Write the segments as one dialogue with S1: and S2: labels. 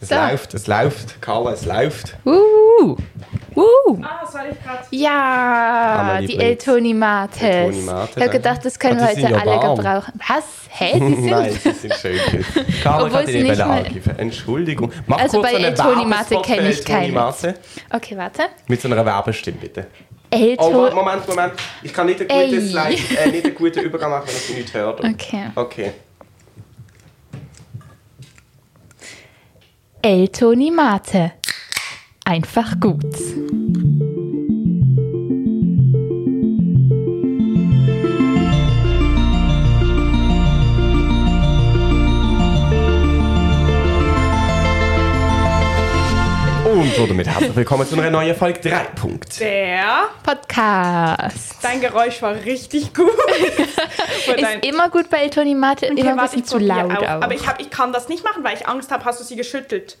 S1: Es
S2: Da.
S1: läuft, es läuft, Carla, es läuft.
S2: Uh, uh.
S3: Ah, soll ich gerade.
S2: Ja,
S1: Amelie
S2: die
S1: Blitz.
S2: El Toni Mates.
S1: El Toni
S2: Ich
S1: Mates,
S2: habe gedacht, das können
S1: ja.
S2: wir
S1: Ah, die
S2: heute
S1: sind ja
S2: alle
S1: warm.
S2: gebrauchen. Was? Hä? Die sind
S1: Nein, sie sind schön gut. Carla
S2: Obwohl
S1: kann
S2: sie
S1: dir
S2: nicht
S1: eben
S2: mal-
S1: angeben. Entschuldigung. Mach
S2: Also
S1: kurz
S2: bei
S1: einen
S2: El Toni Mate
S1: Werbespot für
S2: kenn
S1: El
S2: ich
S1: Toni
S2: keinen.
S1: Mate.
S2: Okay, warte.
S1: Mit so einer Werbestimme, bitte.
S2: El
S1: Oh, warte,
S2: Toni.
S1: Moment, Moment. Ich kann nicht einen
S2: Ey.
S1: guten, Slide, äh, nicht einen guten Übergang machen, wenn ich nichts höre.
S2: Okay.
S1: Okay.
S2: El Toni Mate. Einfach gut.
S1: Und so damit herzlich willkommen zu einer neuen Folge 3. Punkt.
S3: Der.
S2: Podcast.
S3: Dein Geräusch war richtig gut. Für dein-
S2: Ist immer gut bei El Toni Mate,
S3: Okay,
S2: immer ein
S3: warte,
S2: bisschen
S3: ich
S2: zu
S3: probier
S2: laut
S3: auch.
S2: auch.
S3: Aber ich, hab, ich kann das nicht machen, weil ich Angst habe, hast du sie geschüttelt.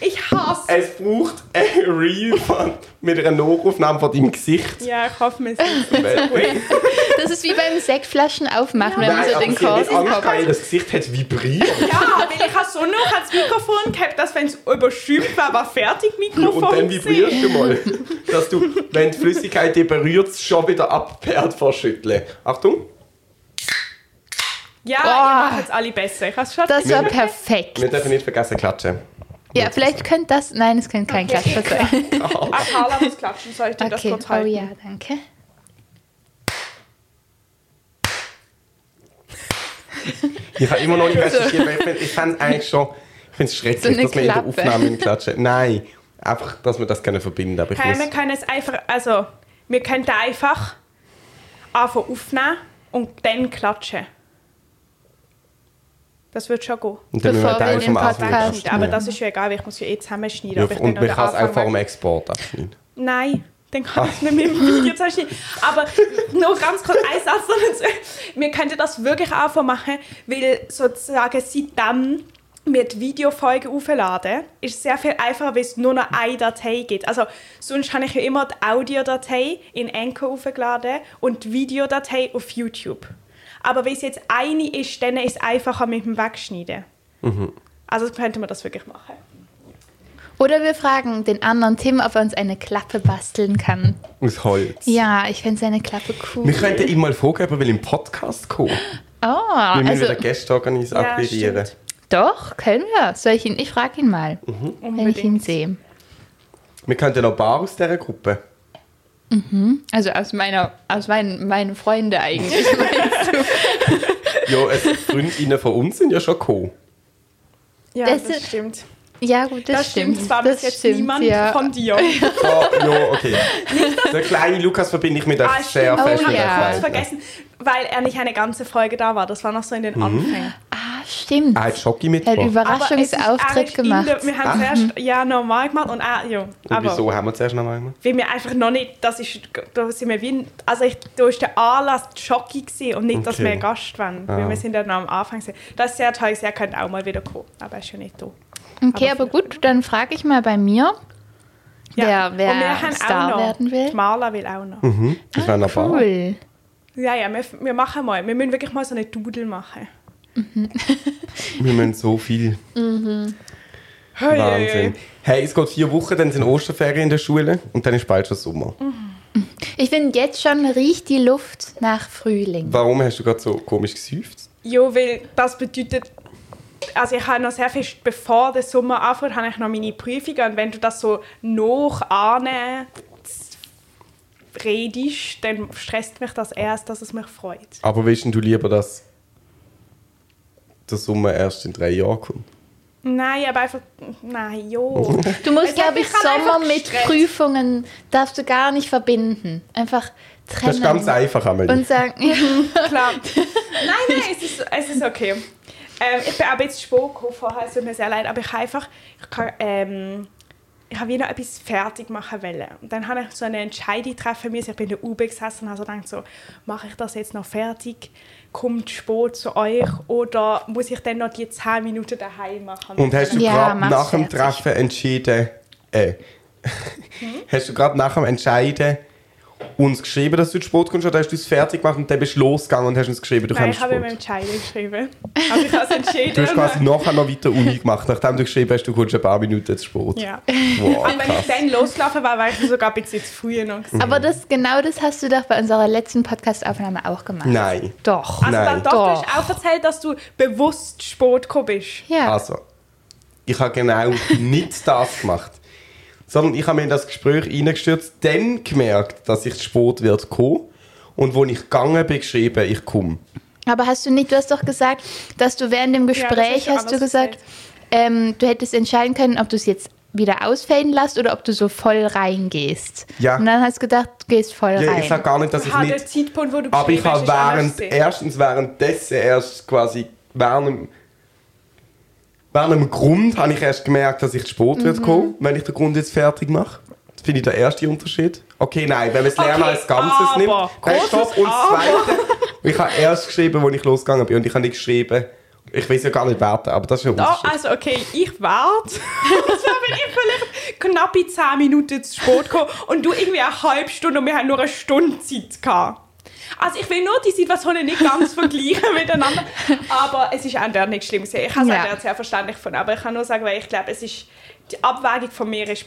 S3: ich hasse.
S1: Es braucht ein Reel von, mit einer Nachaufnahme von deinem Gesicht.
S3: Ja, ich hoffe, wir sind
S2: Das ist wie beim Sektflaschen aufmachen, wenn man
S1: Nein,
S2: so
S1: aber
S2: den
S1: sie hat
S2: Korb
S1: nicht Angst, gehabt, weil das Gesicht hat vibriert.
S3: Ja, weil ich habe so noch ans Mikrofon gehabt, dass wenn es überschüttet war, war fertig Mikrofon.
S1: Und dann
S3: gewesen.
S1: vibrierst du mal. Dass du, wenn die Flüssigkeit dich berührt, schon wieder abperrt verschütteln. Achtung.
S3: Ja,
S2: Boah.
S3: ihr macht jetzt alle besser. Ich hab's schon
S2: Oh. Das war perfekt.
S1: Wir dürfen nicht vergessen klatschen.
S2: Ja, vielleicht könnte das. Nein, es könnte kein Klatsch sein.
S3: Ah, Carla muss klatschen, soll ich dir das
S2: Okay,
S3: kurz
S2: oh
S3: halten?
S2: ja, danke.
S1: Ich habe immer noch nicht recherchiert, weil ich find- ich fand es eigentlich schon... Ich finde es schrecklich,
S2: So eine
S1: dass wir in der
S2: Klappe.
S1: Aufnahme nicht klatschen. Nein, einfach, dass wir das können verbinden. Aber ich
S3: Hey,
S1: muss...
S3: wir können es einfach, also, wir könnten einfach anfangen aufnehmen und dann klatschen. Das wird schon gehen.
S1: Und dann müssen wir
S2: Bevor wir
S1: Teil
S2: in
S1: vom
S2: den
S1: Anfang
S2: Podcast-
S1: klatschen.
S3: Aber
S1: Ja.
S3: das ist ja egal, weil ich muss ja eh zusammenschneiden.
S1: Ja,
S3: ob ich
S1: und
S3: dann
S1: man
S3: an
S1: kann es
S3: den Anfang
S1: auch vor dem
S3: mache.
S1: Export abschneiden.
S3: Nein, dann kann ich es nicht mehr im Video zusammenschneiden. Aber nur ganz kurz ein Satz. dazu. Wir könnten das wirklich anfangen machen, weil sozusagen seitdem wir die Videofolge aufladen, ist es sehr viel einfacher, weil es nur noch eine Datei gibt. Also sonst habe ich ja immer die Audiodatei in Anchor aufgeladen und die Videodatei auf YouTube. Aber weil es jetzt eine ist, dann ist es einfacher mit dem Wegschneiden. Also könnte man das wirklich machen.
S2: Oder wir fragen den anderen Tim, ob er uns eine Klappe basteln kann.
S1: Aus Holz.
S2: Ja, ich finde seine Klappe cool.
S1: Wir könnten ihn mal fragen, ob er will im Podcast kommen will.
S2: oh,
S1: Wir müssen
S2: also
S1: wieder Gäste organisieren.
S3: Ja,
S1: akquirieren.
S3: stimmt.
S2: doch, können wir. Soll ich ihn? Ich frage ihn mal,
S1: Mhm.
S2: wenn ich ihn
S3: Unbedingt.
S2: sehe.
S1: Wir könnten noch ein paar aus dieser Gruppe.
S2: Also aus meiner, aus meinen, meinen Freunden eigentlich.
S1: Ja, es Freundinnen von uns sind ja schon gekommen.
S3: Ja,
S2: Das
S3: das,
S2: ist-
S3: stimmt.
S2: ja, gut, das,
S3: Das stimmt zwar bis
S2: das
S3: jetzt
S2: stimmt,
S3: niemand
S2: ja.
S3: von dir.
S1: Ah, ja, okay. Der kleine Lukas verbinde ich mit euch
S3: Ah,
S1: sehr
S3: stimmt.
S2: Oh,
S1: fest.
S3: Ich
S1: mit
S3: habe
S2: ja.
S1: der
S3: kurz
S1: Zeit.
S3: vergessen, weil er nicht eine ganze Folge da war. Das war noch so in
S1: Mhm.
S3: den Anfängen.
S2: Ah, stimmt.
S1: Er hat Schocki
S2: Er hat
S1: mitgebracht.
S3: Aber es ist
S2: Überraschungsauftritt
S3: eigentlich in der-
S2: gemacht.
S3: Wir haben es erst ja, normal gemacht und auch, ja.
S1: Und
S3: Aber
S1: Ah. Mhm. wieso haben wir zuerst noch einmal?
S3: weil wir einfach noch nicht, das ist, da sind wir wie, ein- also ich, da ist der Anlass Schocki gewesen und nicht, dass
S1: Okay.
S3: wir einen Gast waren. Weil
S1: Ah.
S3: wir sind ja noch am Anfang. gewesen. Das ist sehr toll, er könnte auch mal wieder kommen, aber er ist ja nicht da.
S2: Okay, aber gut, dann frage ich mal bei mir,
S3: Ja.
S2: wer,
S3: und wir
S2: wer
S3: haben
S2: Star
S3: auch noch,
S2: werden will.
S3: Die Marla will auch noch.
S1: Das wäre noch ein paar.
S2: Ah, Cool.
S3: Ja, ja, wir, wir machen mal. Wir müssen wirklich mal so eine Doodle machen.
S1: Wir müssen so viel.
S3: Hei, hei, hei.
S1: Wahnsinn. Hey, es geht vier Wochen, dann sind Osterferien in der Schule und dann ist bald schon Sommer.
S3: Mhm.
S2: Ich finde, jetzt schon riecht die Luft nach Frühling.
S1: Warum hast du gerade so komisch gesäuft?
S3: Ja, weil das bedeutet, also ich habe noch sehr viel, bevor der Sommer anfängt, habe ich noch meine Prüfungen und wenn du das so noch redest, dann stresst mich das erst, dass es mich freut.
S1: Aber willst denn du lieber, dass der Sommer erst in drei Jahren kommt?
S3: Nein, aber einfach, nein, jo.
S2: Du musst,
S3: Es hat
S2: glaube ich,
S3: mich gerade
S2: Sommer
S3: einfach
S2: mit
S3: gestresst.
S2: Prüfungen darfst du gar nicht verbinden. Einfach trennen.
S1: Das ist ganz einfach, Amelie.
S2: Und sagen,
S3: Klar. Nein, nein, es ist, es ist okay. Ähm, ich bin aber jetzt spät gekommen vorher, es tut mir sehr leid, aber ich habe einfach, ich kann, ähm, ich habe wieder etwas fertig machen wollen. Und dann habe ich so eine Entscheidung treffen müssen. Ich bin in der UB gesessen und habe so gedacht, so, mache ich das jetzt noch fertig? Kommt spät zu euch? Oder muss ich dann noch die 10 Minuten daheim machen?
S1: Und hast du
S2: Ja,
S1: gerade
S2: mach's
S1: nach dem
S2: fertig.
S3: Hm?
S1: Treffen entschieden, äh, hast du gerade nach dem Entscheiden uns geschrieben, dass du in den Sport kommst, oder hast du es fertig gemacht und dann bist du losgegangen und hast uns geschrieben, du
S3: Nein,
S1: kommst
S3: ich habe
S1: in
S3: mir
S1: den Sport.
S3: entscheiden geschrieben. Habe ich also entschieden.
S1: Du hast quasi nachher noch weiter Uni gemacht, nachdem du geschrieben hast, du kommst ein paar Minuten ins Sport.
S3: ja.
S1: Wow,
S3: Und wenn ich
S1: krass.
S3: dann losgelaufen war, war ich sogar ein bisschen zu früh noch. gewesen.
S2: Aber das, genau das hast du doch bei unserer letzten Podcast-Aufnahme auch gemacht.
S1: Nein.
S2: Doch.
S3: Also
S1: Nein.
S3: dann doch, du hast
S2: Doch.
S3: auch erzählt, dass du bewusst Sport gekommen bist.
S2: Ja.
S1: Also, ich habe genau nicht das gemacht. Sondern ich habe mir in das Gespräch reingestürzt, dann gemerkt, dass ich zu Sport wird kommen. Und wo ich gegangen bin, geschrieben, ich komme.
S2: Aber hast du nicht, du hast doch gesagt, dass du während dem
S3: das
S2: Gespräch,
S3: hast
S2: hast
S3: du
S2: du
S3: anders
S2: gesagt, ähm, du hättest entscheiden können, ob du es jetzt wieder ausfällen lässt oder ob du so voll reingehst.
S1: Ja.
S2: Und dann hast du gedacht, du gehst voll
S1: Ja,
S2: rein.
S1: ich sage gar nicht, dass ich
S3: Hat den
S1: nicht...
S3: Zeitpunkt, wo du
S1: Aber ich habe
S3: geschrieben
S1: während,
S3: hast, ist anders gewesen.
S1: erstens währenddessen erst quasi während dem, während dem Grund habe ich erst gemerkt, dass ich zu Sport
S3: Mhm.
S1: wird kommen, wenn ich den Grund jetzt fertig mache. Das finde ich der erste Unterschied. Okay, nein, wenn man das Lernen
S3: Okay,
S1: als Ganzes
S3: aber,
S1: nimmt. Nein,
S3: großes
S1: stopp. Und das
S3: Aber.
S1: Zweite, ich habe erst geschrieben, als ich losgegangen bin und ich habe nicht geschrieben, ich weiß ja gar nicht werten, aber das ist ein
S3: Oh,
S1: Unterschied.
S3: also okay, ich warte. so bin ich vielleicht knappe 10 Minuten zu Sport gekommen und du irgendwie eine halbe Stunde und wir haben nur eine Stunde Zeit gehabt. Also ich will nur die Situationen nicht ganz vergleichen miteinander, aber es ist auch dort nicht schlimm gewesen. Ich habe es
S2: Ja.
S3: auch dort sehr verständlich von, aber ich kann nur sagen, weil ich glaube, es ist, die Abwägung von mir ist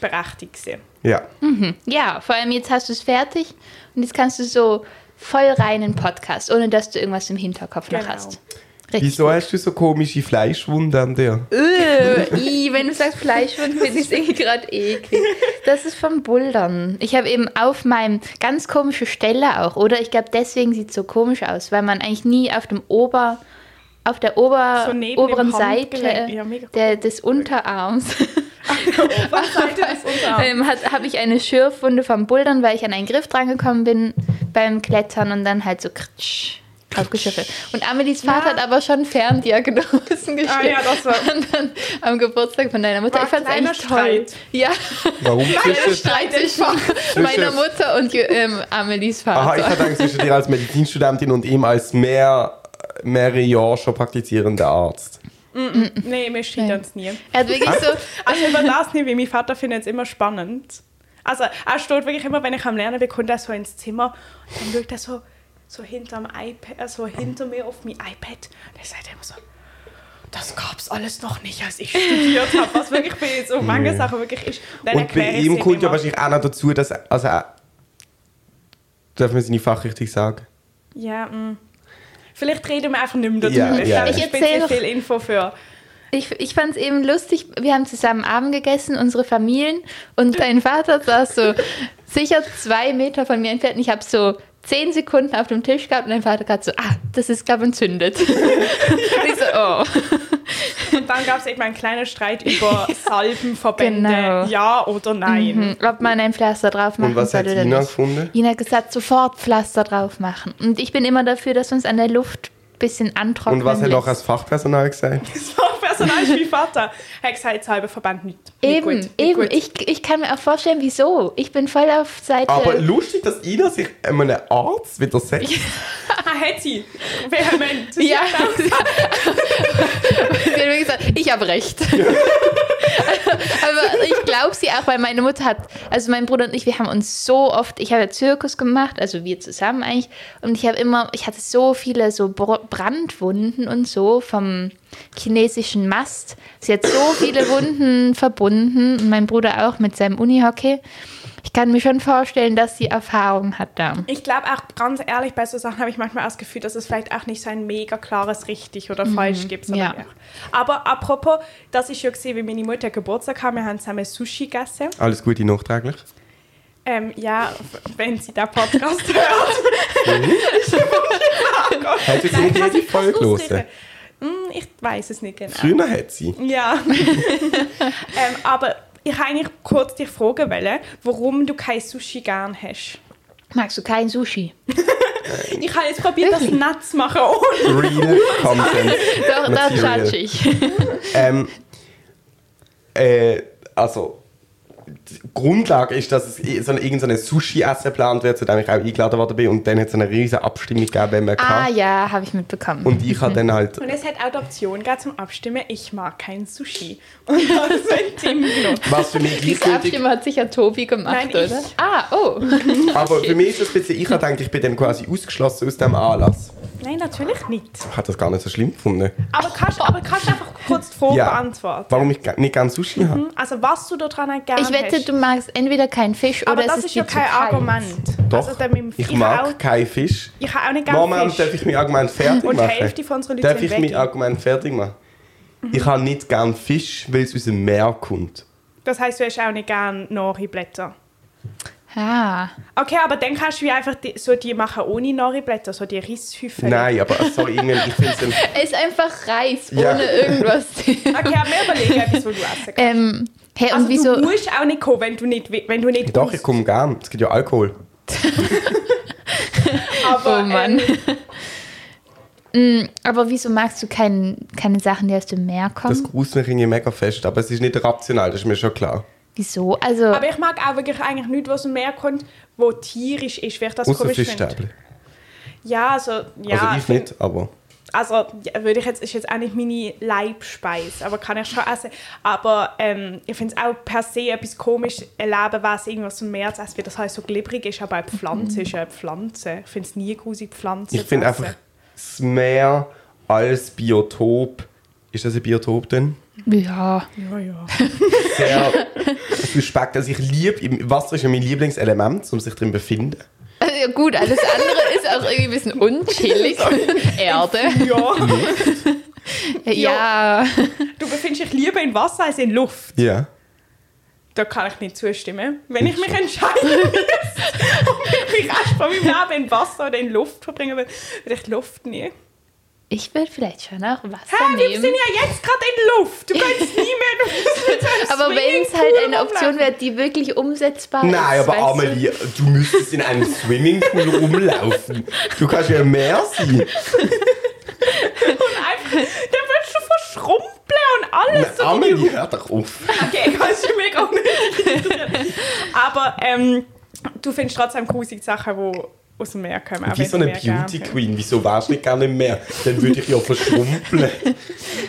S3: berechtigt gewesen.
S1: Ja.
S3: Mhm.
S2: Ja, vor allem jetzt hast du es fertig und jetzt kannst du so voll rein in den Podcast, ohne dass du irgendwas im Hinterkopf noch
S3: Genau.
S2: hast. Richtig.
S1: Wieso hast du so komische Fleischwunde an dir?
S2: Äh, i, wenn du sagst Fleischwund, finde ich es irgendwie gerade eklig. Das ist vom Bouldern. Ich habe eben auf meinem ganz komische Stelle auch, oder? Ich glaube, deswegen sieht es so komisch aus, weil man eigentlich nie auf dem Ober, auf der Ober,
S3: So neben dem
S2: oberen
S3: Handgelenk.
S2: Seite
S3: Ja, mega
S2: der, des Unterarms
S3: Was sagt das unter?
S2: ähm, hat- habe ich eine Schürfwunde vom Bouldern, weil ich an einen Griff drangekommen bin beim Klettern und dann halt so kratsch aufgeschüttelt. Und Amelies Vater hat aber schon Ferndiagnosen geschrieben.
S3: Ah ja, das war-
S2: Und dann am Geburtstag von deiner Mutter.
S3: War
S2: ich fand es
S3: kleiner
S2: eigentlich toll.
S3: Streit.
S2: Ja,
S1: Warum zwischen...
S2: Streit zwischen meiner Mutter und ähm, Amelies
S1: Aha,
S2: Vater.
S1: ich hatte Angst zwischen dir als Medizinstudentin und ihm als mehr, mehrere Jahre schon praktizierender Arzt.
S3: Nein, wir scheitern uns nie.
S2: er hat wirklich so,
S3: Also über das nicht, wie mein Vater findet es immer spannend. Also er steht wirklich immer, wenn ich am Lernen bin, kommt er so ins Zimmer und dann schaut er so, so hinterm iPad, also hinter mir auf mein iPad und er sagt immer so, das gab's alles noch nicht, als ich studiert habe, was wirklich bei so manchen Sachen wirklich ist. Dann
S1: und bei
S3: erkläre ich's
S1: ihm kommt ja
S3: immer.
S1: wahrscheinlich auch noch dazu, dass... Also, äh, darf man seine Fachrichtung sagen?
S3: Ja, mm. Vielleicht reden wir einfach nicht mehr darüber.
S1: Ja,
S3: ich
S1: ja.
S3: glaube,
S2: Ich
S3: ich bin
S2: erzähl
S3: zu viel Info für.
S2: Ich, ich fand es eben lustig, wir haben zusammen Abend gegessen, unsere Familien, und dein Vater saß so sicher zwei Meter von mir entfernt. Und ich habe so zehn Sekunden auf dem Tisch gehabt und dein Vater gerade so, ah, das ist, glaube ich, entzündet. Und ich so, oh.
S3: Und dann gab es eben einen kleinen Streit über Salbenverbände,
S2: Genau.
S3: ja oder nein.
S2: Hm, Ob man ein Pflaster drauf machen
S1: Und was
S2: soll
S1: hat
S2: oder
S1: Ina
S2: nicht.
S1: gefunden?
S2: Ina hat gesagt, sofort Pflaster drauf machen. Und ich bin immer dafür, dass uns an der Luft ein bisschen antrocknen
S1: Und was hat
S2: lässt.
S1: noch als Fachpersonal gesagt?
S3: Das Fachpersonal ist mein Vater. Er hat gesagt, halber Verband nicht. nicht
S2: Eben,
S3: gut, nicht
S2: eben.
S3: gut.
S2: Ich, ich kann mir auch vorstellen, wieso. Ich bin voll auf Seite...
S1: Aber lustig, dass Ina sich einem Arzt widersetzt.
S3: Ah, hat sie. Vehement.
S2: Ja. Sie hat mir gesagt, ich habe recht. Aber ich glaube sie auch, weil meine Mutter hat, also mein Bruder und ich, wir haben uns so oft, ich habe ja Zirkus gemacht, also wir zusammen eigentlich, und ich habe immer, ich hatte so viele so Br- Brandwunden und so vom chinesischen Mast. Sie hat so viele Wunden verbunden und mein Bruder auch mit seinem Unihockey. Ich kann mir schon vorstellen, dass sie Erfahrung hat da.
S3: Ich glaube auch ganz ehrlich, bei so Sachen habe ich manchmal auch das Gefühl, dass es vielleicht auch nicht so ein mega klares richtig oder falsch gibt. sondern
S2: Mhm. ja.
S3: auch- Aber apropos, das ist ja gesehen, wie meine Mutter Geburtstag hatte. Wir haben zusammen Sushi gegessen.
S1: Alles Gute nachträglich.
S3: Ähm, ja, wenn sie den Podcast hört.
S1: Hat sie
S3: Nein,
S1: nicht jede
S3: ich kann
S1: Folge
S3: es ausreden.
S1: hören?
S3: Hm, Ich weiß es nicht genau.
S1: Früher hat sie.
S3: Ja. ähm, aber ich wollte eigentlich kurz dich fragen, wollen, warum du kein Sushi gern hast.
S2: Magst du kein Sushi?
S3: Ich habe jetzt probiert, das
S2: Wirklich?
S3: nett zu machen. ohne-
S1: Real Content.
S2: Doch, da
S1: Material.
S2: judge ich.
S1: Ähm, äh, Ähm, also, die Grundlage ist, dass es i- so eine, irgendeine Sushi-Essen geplant wird, zu dem ich auch eingeladen worden bin. Und dann hat es eine riesige Abstimmung gegeben, wenn man
S2: Ah
S1: kann.
S2: ja, habe ich mitbekommen.
S1: Und ich habe dann halt...
S3: Und es hat auch die Option gerade zum Abstimmen, ich mag kein Sushi. Und das ist ein Ding genommen.
S1: Was für mich
S2: Diese
S1: gleichgültig...
S2: Abstimmung hat sicher Tobi gemacht,
S3: Nein, ich.
S2: oder? Ah, oh.
S1: Aber für mich ist es ein bisschen... Ich habe gedacht, ich bin dann quasi ausgeschlossen aus dem Anlass.
S3: Nein, natürlich nicht.
S1: Ich habe das gar nicht so schlimm gefunden.
S3: Aber kannst, aber kannst du einfach kurz die Frage
S1: Ja.
S3: beantworten?
S1: Warum ich ga- nicht gerne Sushi habe?
S3: Also was du daran gerne
S2: Ich wette,
S3: hast.
S2: du magst entweder keinen Fisch
S3: Aber
S2: oder
S3: das
S2: es ist,
S3: ist ja
S2: dir
S3: kein
S2: zu kalt.
S3: Argument.
S1: Doch,
S3: Also, dann mit dem-
S1: ich
S3: Auch,
S1: mag keinen Fisch.
S3: ich habe auch nicht gerne
S1: Moment, darf
S3: Fisch.
S1: ich mein Argument fertig
S3: Und die
S1: machen?
S3: Hälfte von unseren Leuten
S1: Darf
S3: sind
S1: ich mein
S3: Veggie.
S1: Argument fertig machen? Ich habe nicht gern Fisch, weil es aus dem Meer kommt.
S3: Das heisst, du hast auch nicht gerne Nori-Blätter.
S2: Ah.
S3: Okay, aber dann kannst du wie einfach die, so die machen ohne Nori-Blätter, so die Risshüffe.
S1: Nein, aber sorry, irgendwie, ich finde es ein
S2: Er ist einfach Reis, ohne
S1: Ja.
S2: irgendwas.
S3: Okay, aber wir überlegen etwas, wo du essen kannst.
S2: ähm, hey,
S3: Also
S2: und wieso?
S3: du musst auch nicht kommen, wenn du nicht, wi- wenn du nicht
S1: Doch, ich komme gern. Es gibt ja Alkohol.
S3: aber,
S2: oh Mann.
S3: Ähm,
S2: Mm, aber wieso magst du kein, keine Sachen, die aus dem Meer
S1: Das
S2: kommen?
S3: Mhm.
S1: gruselt mich irgendwie mega fest, aber es ist nicht rational, das ist mir schon klar.
S2: Wieso? Also,
S3: aber ich mag auch wirklich eigentlich nichts, was mehr kommt, wo tierisch ist, weil ich das
S1: Außer
S3: komisch finde.
S1: Fischstäbchen.
S3: Ja, also, ja.
S1: also ich
S3: find-
S1: nicht, aber...
S3: Also, ja, würde ich jetzt, ist jetzt auch nicht meine Leibspeise, aber kann ich schon essen. Aber ähm, ich finde es auch per se etwas komisch, ein Leben, was irgendwas im Meer zu essen, weil das halt so glibberig ist, aber eine Pflanze ist eine Pflanze. Ich finde es nie grusig, Pflanze
S1: Mhm. Ich finde einfach, das Meer als Biotop... Ist das ein Biotop denn?
S2: ja.
S3: Ja, ja.
S1: Sehr suspekt. Also ich liebe... im- Wasser ist ja mein Lieblingselement, um sich drin zu befinden.
S2: Also, ja, gut, alles andere ist auch irgendwie ein bisschen unchillig. Erde.
S3: ja.
S2: Ja.
S3: Du befindest dich lieber in Wasser als in Luft.
S1: Ja.
S3: Da kann ich nicht zustimmen. Wenn ich mich entscheiden müsste, ob ich mich erst von meinem Leben in Wasser oder in Luft verbringen würde, würde ich die Luft nehmen.
S2: Ich will vielleicht schon auch Wasser
S3: Hä, wir sind
S2: nehmen.
S3: ja jetzt gerade in Luft. Du kannst nie mehr. Du bist jetzt am
S2: Aber wenn es halt
S3: Swimmingpool
S2: eine Option
S3: rumlaufen.
S2: wäre, die wirklich umsetzbar ist.
S1: Nein, aber
S2: weißt du?
S1: Amelie, du müsstest in einem Swimmingpool rumlaufen. Du kannst ja mehr sein.
S3: Einfach, dann würdest du verschrumpeln und alles. so wie
S1: Amelie, hör doch auf.
S3: die- okay, kannst du mir gar nicht Aber ähm, du findest trotzdem grusige Sachen, die aus dem Meer kommen. auch
S1: Wie
S3: wenn
S1: so
S3: du
S1: eine
S3: Meer gern
S1: Beauty
S3: hast.
S1: Queen, wieso wärst du nicht gerne mehr? Dann würde ich ja verschrumpeln.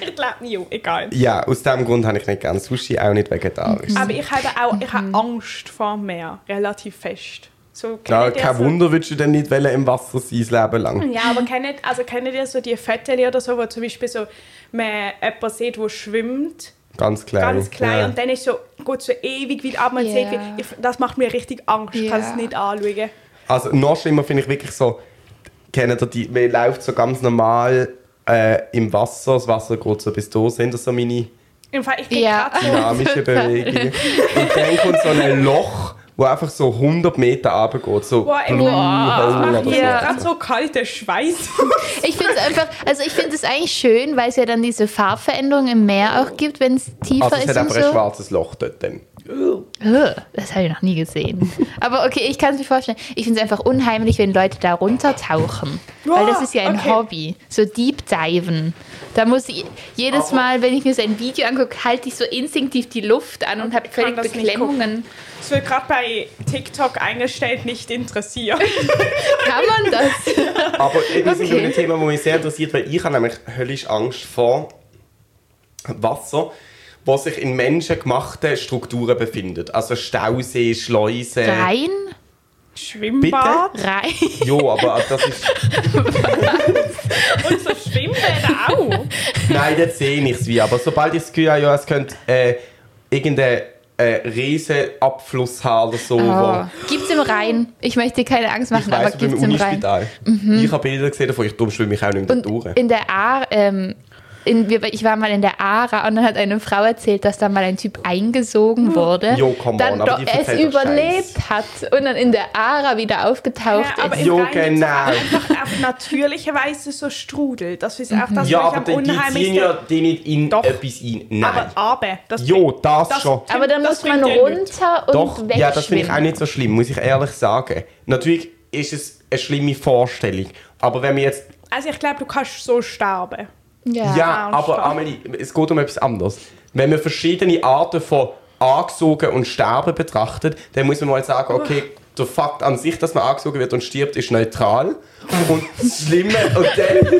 S3: Ich glaube, ja, egal.
S1: ja, aus diesem Grund habe ich nicht gerne Sushi, auch nicht vegetarisch.
S3: Aber ich habe auch ich
S2: Mhm.
S3: habe Angst vor dem Meer. Relativ fest. So,
S1: Ja,
S3: kennt ihr
S1: kein
S3: so-
S1: Wunder, würdest du denn nicht wollen, im Wasser sein, das Leben lang.
S3: Ja, aber kennt, also kennt ihr so die Fotos oder so, wo zum Beispiel so man jemanden sieht, der schwimmt,
S1: Ganz klein.
S3: ganz klein,
S1: Ja.
S3: und dann ist so, geht so ewig weit ab, man
S2: Ja.
S3: sieht, wie- ich, das macht mir richtig Angst, ich kann es
S2: Ja.
S3: nicht anschauen.
S1: Also noch schlimmer finde ich wirklich so, kennt ihr die, man läuft so ganz normal äh, im Wasser, das Wasser geht so bis da, sind das so meine...
S3: Im Fall, ich krieg
S2: Ja.
S3: grad so,
S1: dynamische Bewegungen. Und dann kommt so ein Loch, wo einfach so 100 Meter runtergeht. So
S3: boah, ey,
S1: Blue
S3: das
S1: Hole
S3: macht
S1: oder
S3: mir
S1: so.
S2: Ja.
S3: gerade so kalten Schweiß.
S2: Ich finde es einfach, also ich finde es eigentlich schön, weil es ja dann diese Farbveränderung im Meer auch gibt, wenn es tiefer
S1: Also es
S2: ist
S1: hat
S2: und
S1: einfach ein
S2: so.
S1: schwarzes Loch dort dann.
S2: Ugh, Das habe ich noch nie gesehen. Aber okay, ich kann es mir vorstellen. Ich finde es einfach unheimlich, wenn Leute da runtertauchen. Weil das ist ja ein
S3: Oh, Okay.
S2: Hobby. So Deep Diven. Da muss ich
S1: Oh,
S2: jedes Mal, wenn ich mir so ein Video angucke, halte ich so instinktiv die Luft an und habe
S3: Ich kann
S2: völlig
S3: das nicht
S2: Beklemmungen.
S3: Das wird gerade bei TikTok eingestellt, nicht interessieren.
S2: Kann man das?
S1: Aber wir sind
S2: Okay.
S1: bei einem Thema, das mich sehr interessiert, weil ich habe nämlich höllisch Angst vor Wasser, was sich in menschengemachten Strukturen befindet. Also Stausee, Schleuse.
S2: Rein?
S3: Schwimmbad
S2: Rein?
S1: Jo, aber das ist...
S3: und so Schwimmbäder auch.
S1: Nein, das sehe ich es eh wie. Aber sobald ich das Gefühl habe, ja, es könnte äh, irgendeinen äh, riesen Abfluss haben oder so,
S2: Oh.
S1: wo
S2: Gibt's im Rhein? Ich möchte dir keine Angst machen,
S1: Ich weiss,
S2: aber
S1: ich bin
S2: gibt's
S1: im
S2: im Rhein?
S1: Unispital. Ich habe Bilder gesehen davon, ich dumm schwimme mich auch nicht mehr
S2: Und
S1: durch.
S2: in der A, ähm, in, wir- ich war mal in der Ara und dann hat eine Frau erzählt, dass da mal ein Typ
S3: Hm.
S2: eingesogen wurde,
S1: Jo, come on,
S2: dann
S1: aber
S2: doch
S1: die
S2: es
S1: erzählt doch
S2: überlebt hat und dann in der Ara wieder aufgetaucht
S3: Ja, aber
S2: ist.
S3: im
S1: Jo,
S3: Rhein gibt's
S1: genau.
S3: einfach auf natürliche Weise so Strudel. Das ist
S2: Mhm.
S3: auch das,
S1: Ja,
S3: was
S1: aber
S3: ich am
S1: die, die ziehen
S3: unheimlichsten...
S1: ja die nicht in
S3: Doch.
S1: etwas ein. Nein.
S3: aber aber das
S1: jo,
S3: bringt-
S1: das,
S3: das-
S1: schon.
S2: Aber dann
S3: das
S2: muss man
S3: bringt ja nichts.
S2: runter und
S1: Doch,
S2: wegschwimmen.
S1: ja, das finde ich auch nicht so schlimm, muss ich ehrlich sagen. Natürlich ist es eine schlimme Vorstellung. Aber wenn wir jetzt.
S3: Also ich glaube, du kannst so sterben.
S1: Ja,
S2: Ja.
S1: aber
S3: verstehe.
S1: Amelie, es geht um etwas anderes. Wenn wir verschiedene Arten von angesogen und sterben betrachtet, dann muss man mal sagen, okay, der Fakt an sich, dass man angesogen wird und stirbt, ist neutral. Und das Schlimme, und dann,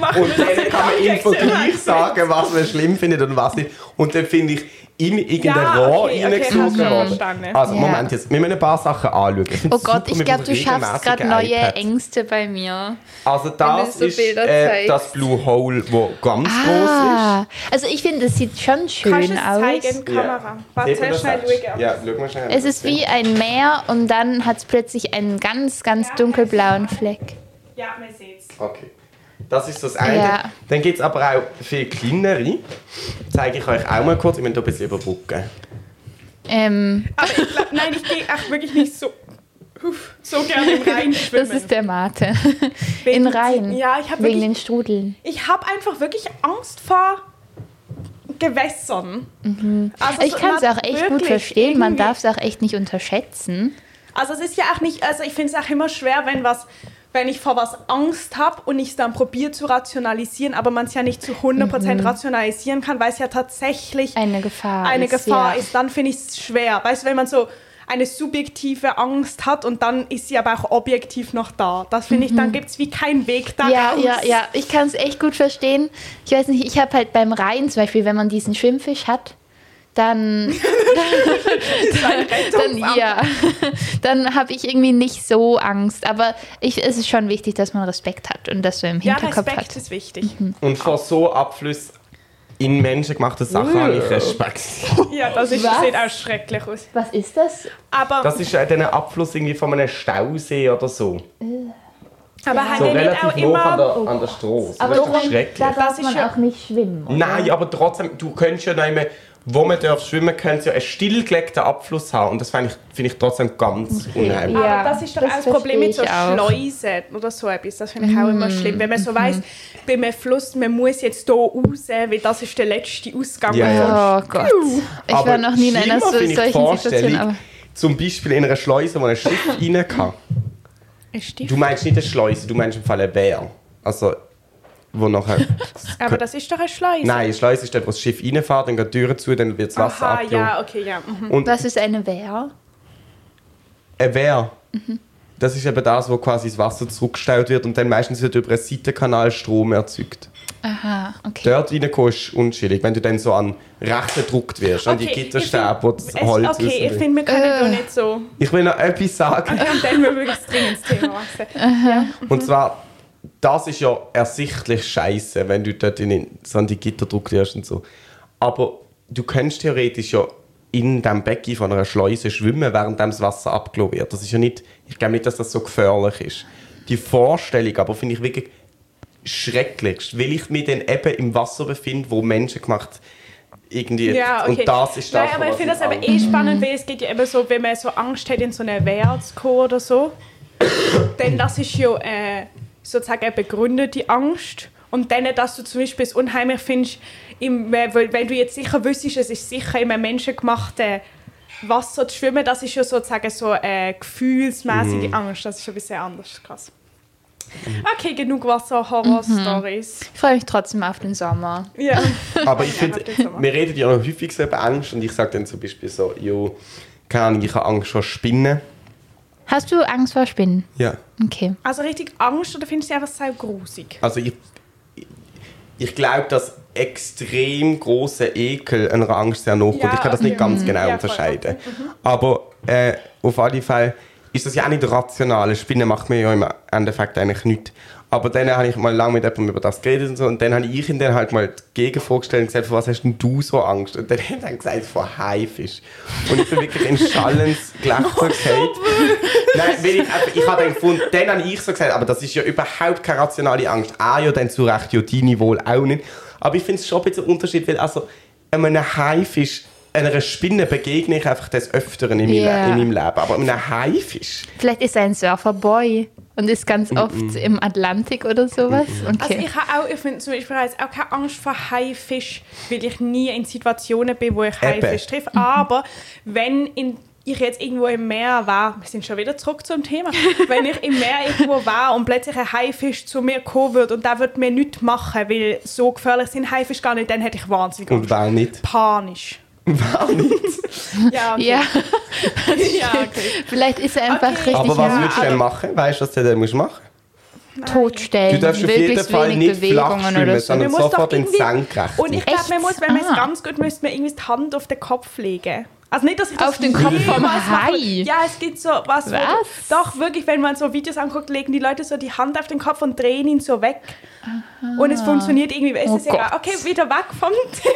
S3: Machen
S1: und
S3: wir
S1: dann
S3: das
S1: kann man im
S3: jetzt
S1: Vergleich
S3: Kontext.
S1: sagen, was man schlimm findet und was nicht. Und dann finde ich, in irgendein
S3: Ja,
S1: Rohr
S3: okay, okay,
S1: reingesogen
S3: hast du
S1: worden.
S3: verstanden.
S1: Also,
S2: Ja.
S1: Moment jetzt, wir müssen ein paar Sachen anschauen. Ich find's
S2: Oh Gott,
S1: super,
S2: ich
S1: wir
S2: glaube, du
S1: brauchen
S2: schaffst gerade
S1: regelmäßig
S2: neue
S1: iPads.
S2: Ängste bei mir.
S1: Also das
S2: du so
S1: ist
S2: Bilder
S1: äh,
S2: zeigst.
S1: das Blue Hole, wo ganz groß
S2: Ah, also ich finde, es sieht schon
S3: Kannst du
S2: schön
S3: es
S2: aus.
S3: zeigen,
S1: ist.
S3: Kamera?
S1: Eben,
S3: Warte,
S1: das
S3: schnell
S1: sagst.
S3: schauen.
S1: Ja, schau mal schnell.
S2: Es ist wie ein Meer und dann hat es plötzlich einen ganz, ganz dunkelblauen Fleck.
S3: Ja, man sieht es.
S1: Okay. Das ist das eine.
S2: Ja.
S1: Dann gibt es aber auch viel kleinere. Zeige ich euch auch mal kurz. Ich muss da ein bisschen überbrücken.
S2: Ähm,
S3: Aber ich glaub, nein, ich gehe echt wirklich nicht so, uff, so gerne im Rhein schwimmen.
S2: das ist der Mate. In
S3: Wegen-
S2: Rhein.
S3: Ja, ich habe
S2: Wegen den
S3: wirklich,
S2: Strudeln.
S3: ich habe einfach wirklich Angst vor Gewässern. Also
S2: Mhm. Ich
S3: so
S2: kann es
S3: nat-
S2: auch echt gut
S3: wirklich
S2: verstehen. Man
S3: irgendwie.
S2: darf es auch echt nicht unterschätzen.
S3: Also es ist ja auch nicht, also ich finde es auch immer schwer, wenn was wenn ich vor was Angst habe und ich es dann probiere zu rationalisieren, aber man es ja nicht zu 100% rationalisieren kann, weil es ja tatsächlich
S2: Mhm. Eine Gefahr.
S3: eine
S2: ist,
S3: Gefahr
S2: ja.
S3: ist, dann finde ich es schwer. Weißt du, wenn man so eine subjektive Angst hat und dann ist sie aber auch objektiv noch da. Das finde ich, dann gibt es wie keinen Weg da
S2: Mhm. Ja,
S3: raus.
S2: ja, ja. Ich kann es echt gut verstehen. Ich weiß nicht, ich habe halt beim Rhein zum Beispiel, wenn man diesen Schwimmfisch hat, dann, dann, dann ja, dann habe ich irgendwie nicht so Angst. Aber ich, es ist schon wichtig, dass man Respekt hat und das so im
S3: Ja,
S2: Hinterkopf
S3: Respekt
S2: hat. Mhm.
S3: ist wichtig.
S1: Und vor so Abflüssen in menschengemachte Sachen habe ich Respekt.
S3: Ja, das ist,
S2: Was?
S3: sieht auch schrecklich aus.
S2: Was ist das?
S3: Aber,
S1: Das ist äh, dann ein Abfluss irgendwie von einem Stausee oder so.
S3: aber halt
S1: So
S3: ihr nicht
S1: relativ hoch
S3: auch
S1: an
S3: immer...
S1: der, an der Straße.
S2: Aber
S1: das ist doch
S2: darum-
S1: schrecklich.
S2: da darf
S3: Das ist
S2: man
S3: ja-
S2: auch nicht schwimmen. oder?
S1: Nein, aber trotzdem, du könntest ja nicht mehr, wo man darf schwimmen, könntest ja einen stillgelegten Abfluss haben. Und das finde ich, find ich trotzdem ganz unheimlich.
S2: Ja,
S3: aber Ah, das ist doch
S2: das
S3: auch das Problem mit so
S2: verstehe ich auch. Mhm.
S3: Schleusen oder so etwas. Das finde ich auch immer schlimm. Wenn man so weiss, bei einem Fluss, man muss jetzt hier raus, weil das ist der letzte Ausgang.
S1: Ja, ja.
S2: Oh Gott. Ich
S1: Aber
S2: war noch nie in einer so,
S1: schlimmer finde ich die
S2: solchen Situation.
S1: Vorstellung,
S2: Aber
S1: Zum Beispiel in einer Schleuse, wo ein Schiff rein kann.
S3: Ist die-
S1: Du meinst nicht eine Schleuse, du meinst im Fall einen Bär. Also, wo nachher...
S3: Aber das ist doch eine Schleuse.
S1: Nein, eine Schleuse ist dort, wo das Schiff reinfährt, dann geht die Türen zu, dann wird das Wasser
S3: Aha,
S1: abgehoben.
S3: ja, okay, ja. mhm.
S1: Und
S2: was ist eine Wehr?
S1: ein Bär,
S2: Mhm.
S1: das ist eben das, wo quasi das Wasser zurückgestellt wird und dann meistens wird über einen Seitenkanal Strom erzeugt.
S2: Aha, okay.
S1: Dort reinkommen ist unschillig, wenn du dann so an rechts gedruckt wirst, an die
S3: Okay,
S1: Gitterstäbe, wo
S3: ich
S1: das
S3: find- es-
S1: Holz
S3: Okay, ich
S1: rausdrückt.
S3: finde, wir können
S2: Äh.
S3: da nicht so.
S1: Ich will noch etwas sagen.
S3: Und dann wir wirklich dringend ins Thema wachsen.
S1: Und zwar, das ist ja ersichtlich scheiße, wenn du dort in den, so an die Gitter gedruckt wirst und so. Aber du könntest theoretisch ja in dem Becken von einer Schleuse schwimmen, während dem das Wasser abgelassen wird. Das ist ja nicht, ich glaube nicht, dass das so gefährlich ist. Die Vorstellung aber finde ich wirklich schrecklichst, weil ich mich dann eben im Wasser befinde, wo Menschen gemacht irgendwie
S3: Ja, okay.
S1: und das ist das,
S3: Nein, aber ich
S1: was
S3: finde das
S1: ich
S3: aber
S1: Angst-
S3: eh spannend, weil es geht ja eben so, wenn man so Angst hat, in so eine Wehr zu kommen oder so. Denn das ist ja äh, sozusagen eine begründete Angst. Und dann, dass du zum Beispiel es unheimlich findest, im, äh, weil- wenn du jetzt sicher wüsstest, es ist sicher in einem menschengemachten Wasser zu schwimmen, das ist ja sozusagen so äh,
S1: Mhm.
S3: gefühlsmäßige Angst. Das ist ein bisschen anders. Krass. Okay, genug Wasser-Horror-Stories.
S2: Ich freue mich trotzdem auf den Sommer.
S3: Ja.
S1: Aber ich finde,
S3: Ja, macht
S1: wir reden ja noch häufig so über Angst und ich sage dann zum Beispiel so, jo, keine Ahnung, ich habe Angst vor Spinnen.
S2: Hast du Angst vor Spinnen?
S1: Ja.
S2: Okay.
S3: Also richtig Angst oder findest du sie einfach sehr grusig?
S1: Also ich, ich glaube, dass extrem großer Ekel einer Angst sehr nachkommt.
S3: Ja,
S1: ich kann das
S3: okay.
S1: nicht ganz genau
S3: Ja, voll. Mhm.
S1: unterscheiden. Aber äh, auf alle Fälle ist das ja auch nicht rational. Spinnen macht mir ja im Endeffekt eigentlich nichts. Aber dann habe ich mal lange mit jemandem über das geredet und so. Und dann habe ich ihn dann halt mal gegen vorgestellt und gesagt, vor was hast denn du so Angst? Und dann hat er gesagt, vor Haifisch. Und ich bin wirklich in schallendes
S3: Oh,
S1: Gelächter gefallen. Nein, weil ich, einfach- ich habe dann gefunden, dann habe ich so gesagt, aber das ist ja überhaupt keine rationale Angst. Ah ja, dann zu Recht, ja, deine wohl auch nicht. Aber ich finde es schon ein bisschen ein Unterschied, weil also einem Haifisch, einer Spinne begegne ich einfach des Öfteren in, meinem
S2: Ja.
S1: Le- in meinem Leben. Aber einem Haifisch?
S2: Vielleicht ist er ein Surferboy und ist ganz oft im Atlantik oder sowas.
S3: Also
S2: Okay.
S3: ich habe auch, ich finde zum Beispiel jetzt auch keine Angst vor Haifisch, weil ich nie in Situationen bin, wo ich
S1: Eben.
S3: Haifisch treffe. Aber wenn in ich jetzt irgendwo im Meer war, wir sind schon wieder zurück zum Thema, wenn ich im Meer irgendwo war und plötzlich ein Haifisch zu mir kommen würde und der würde mir nichts machen, weil so gefährlich sind Haifisch gar nicht, dann hätte ich wahnsinnig
S1: Und wer nicht?
S3: panisch.
S1: Wer nicht?
S3: Ja, okay.
S2: Ja,
S3: ja okay.
S2: vielleicht ist er einfach
S3: Okay.
S2: richtig
S1: Aber was
S2: nah.
S1: würdest du
S3: Also-
S1: denn machen? Weißt du, was du denn musst machen
S2: totstellen.
S3: Ähm,
S1: Du darfst auf jeden
S2: Möglichst
S1: Fall
S2: wenig
S1: nicht flach
S2: Bewegungen
S1: schwimmen,
S2: oder so.
S1: sondern
S3: Man muss doch
S1: sofort ins
S3: irgendwie-
S1: Senkrecht.
S3: Und ich glaube, man
S2: Echt?
S3: muss, wenn man es
S2: Ah.
S3: ganz gut müsste, man irgendwie die Hand auf den Kopf legen. Also nicht, dass ich das
S2: Auf den Kopf vom
S3: jemals mache.
S2: Hai?
S3: Ja, es gibt so was. wo-
S2: Was?
S3: doch, wirklich, wenn man so Videos anguckt, legen die Leute so die Hand auf den Kopf und drehen ihn so weg. Und es funktioniert irgendwie. Es
S2: Oh
S3: ist egal.
S2: Gott.
S3: Okay, wieder weg vom Tier.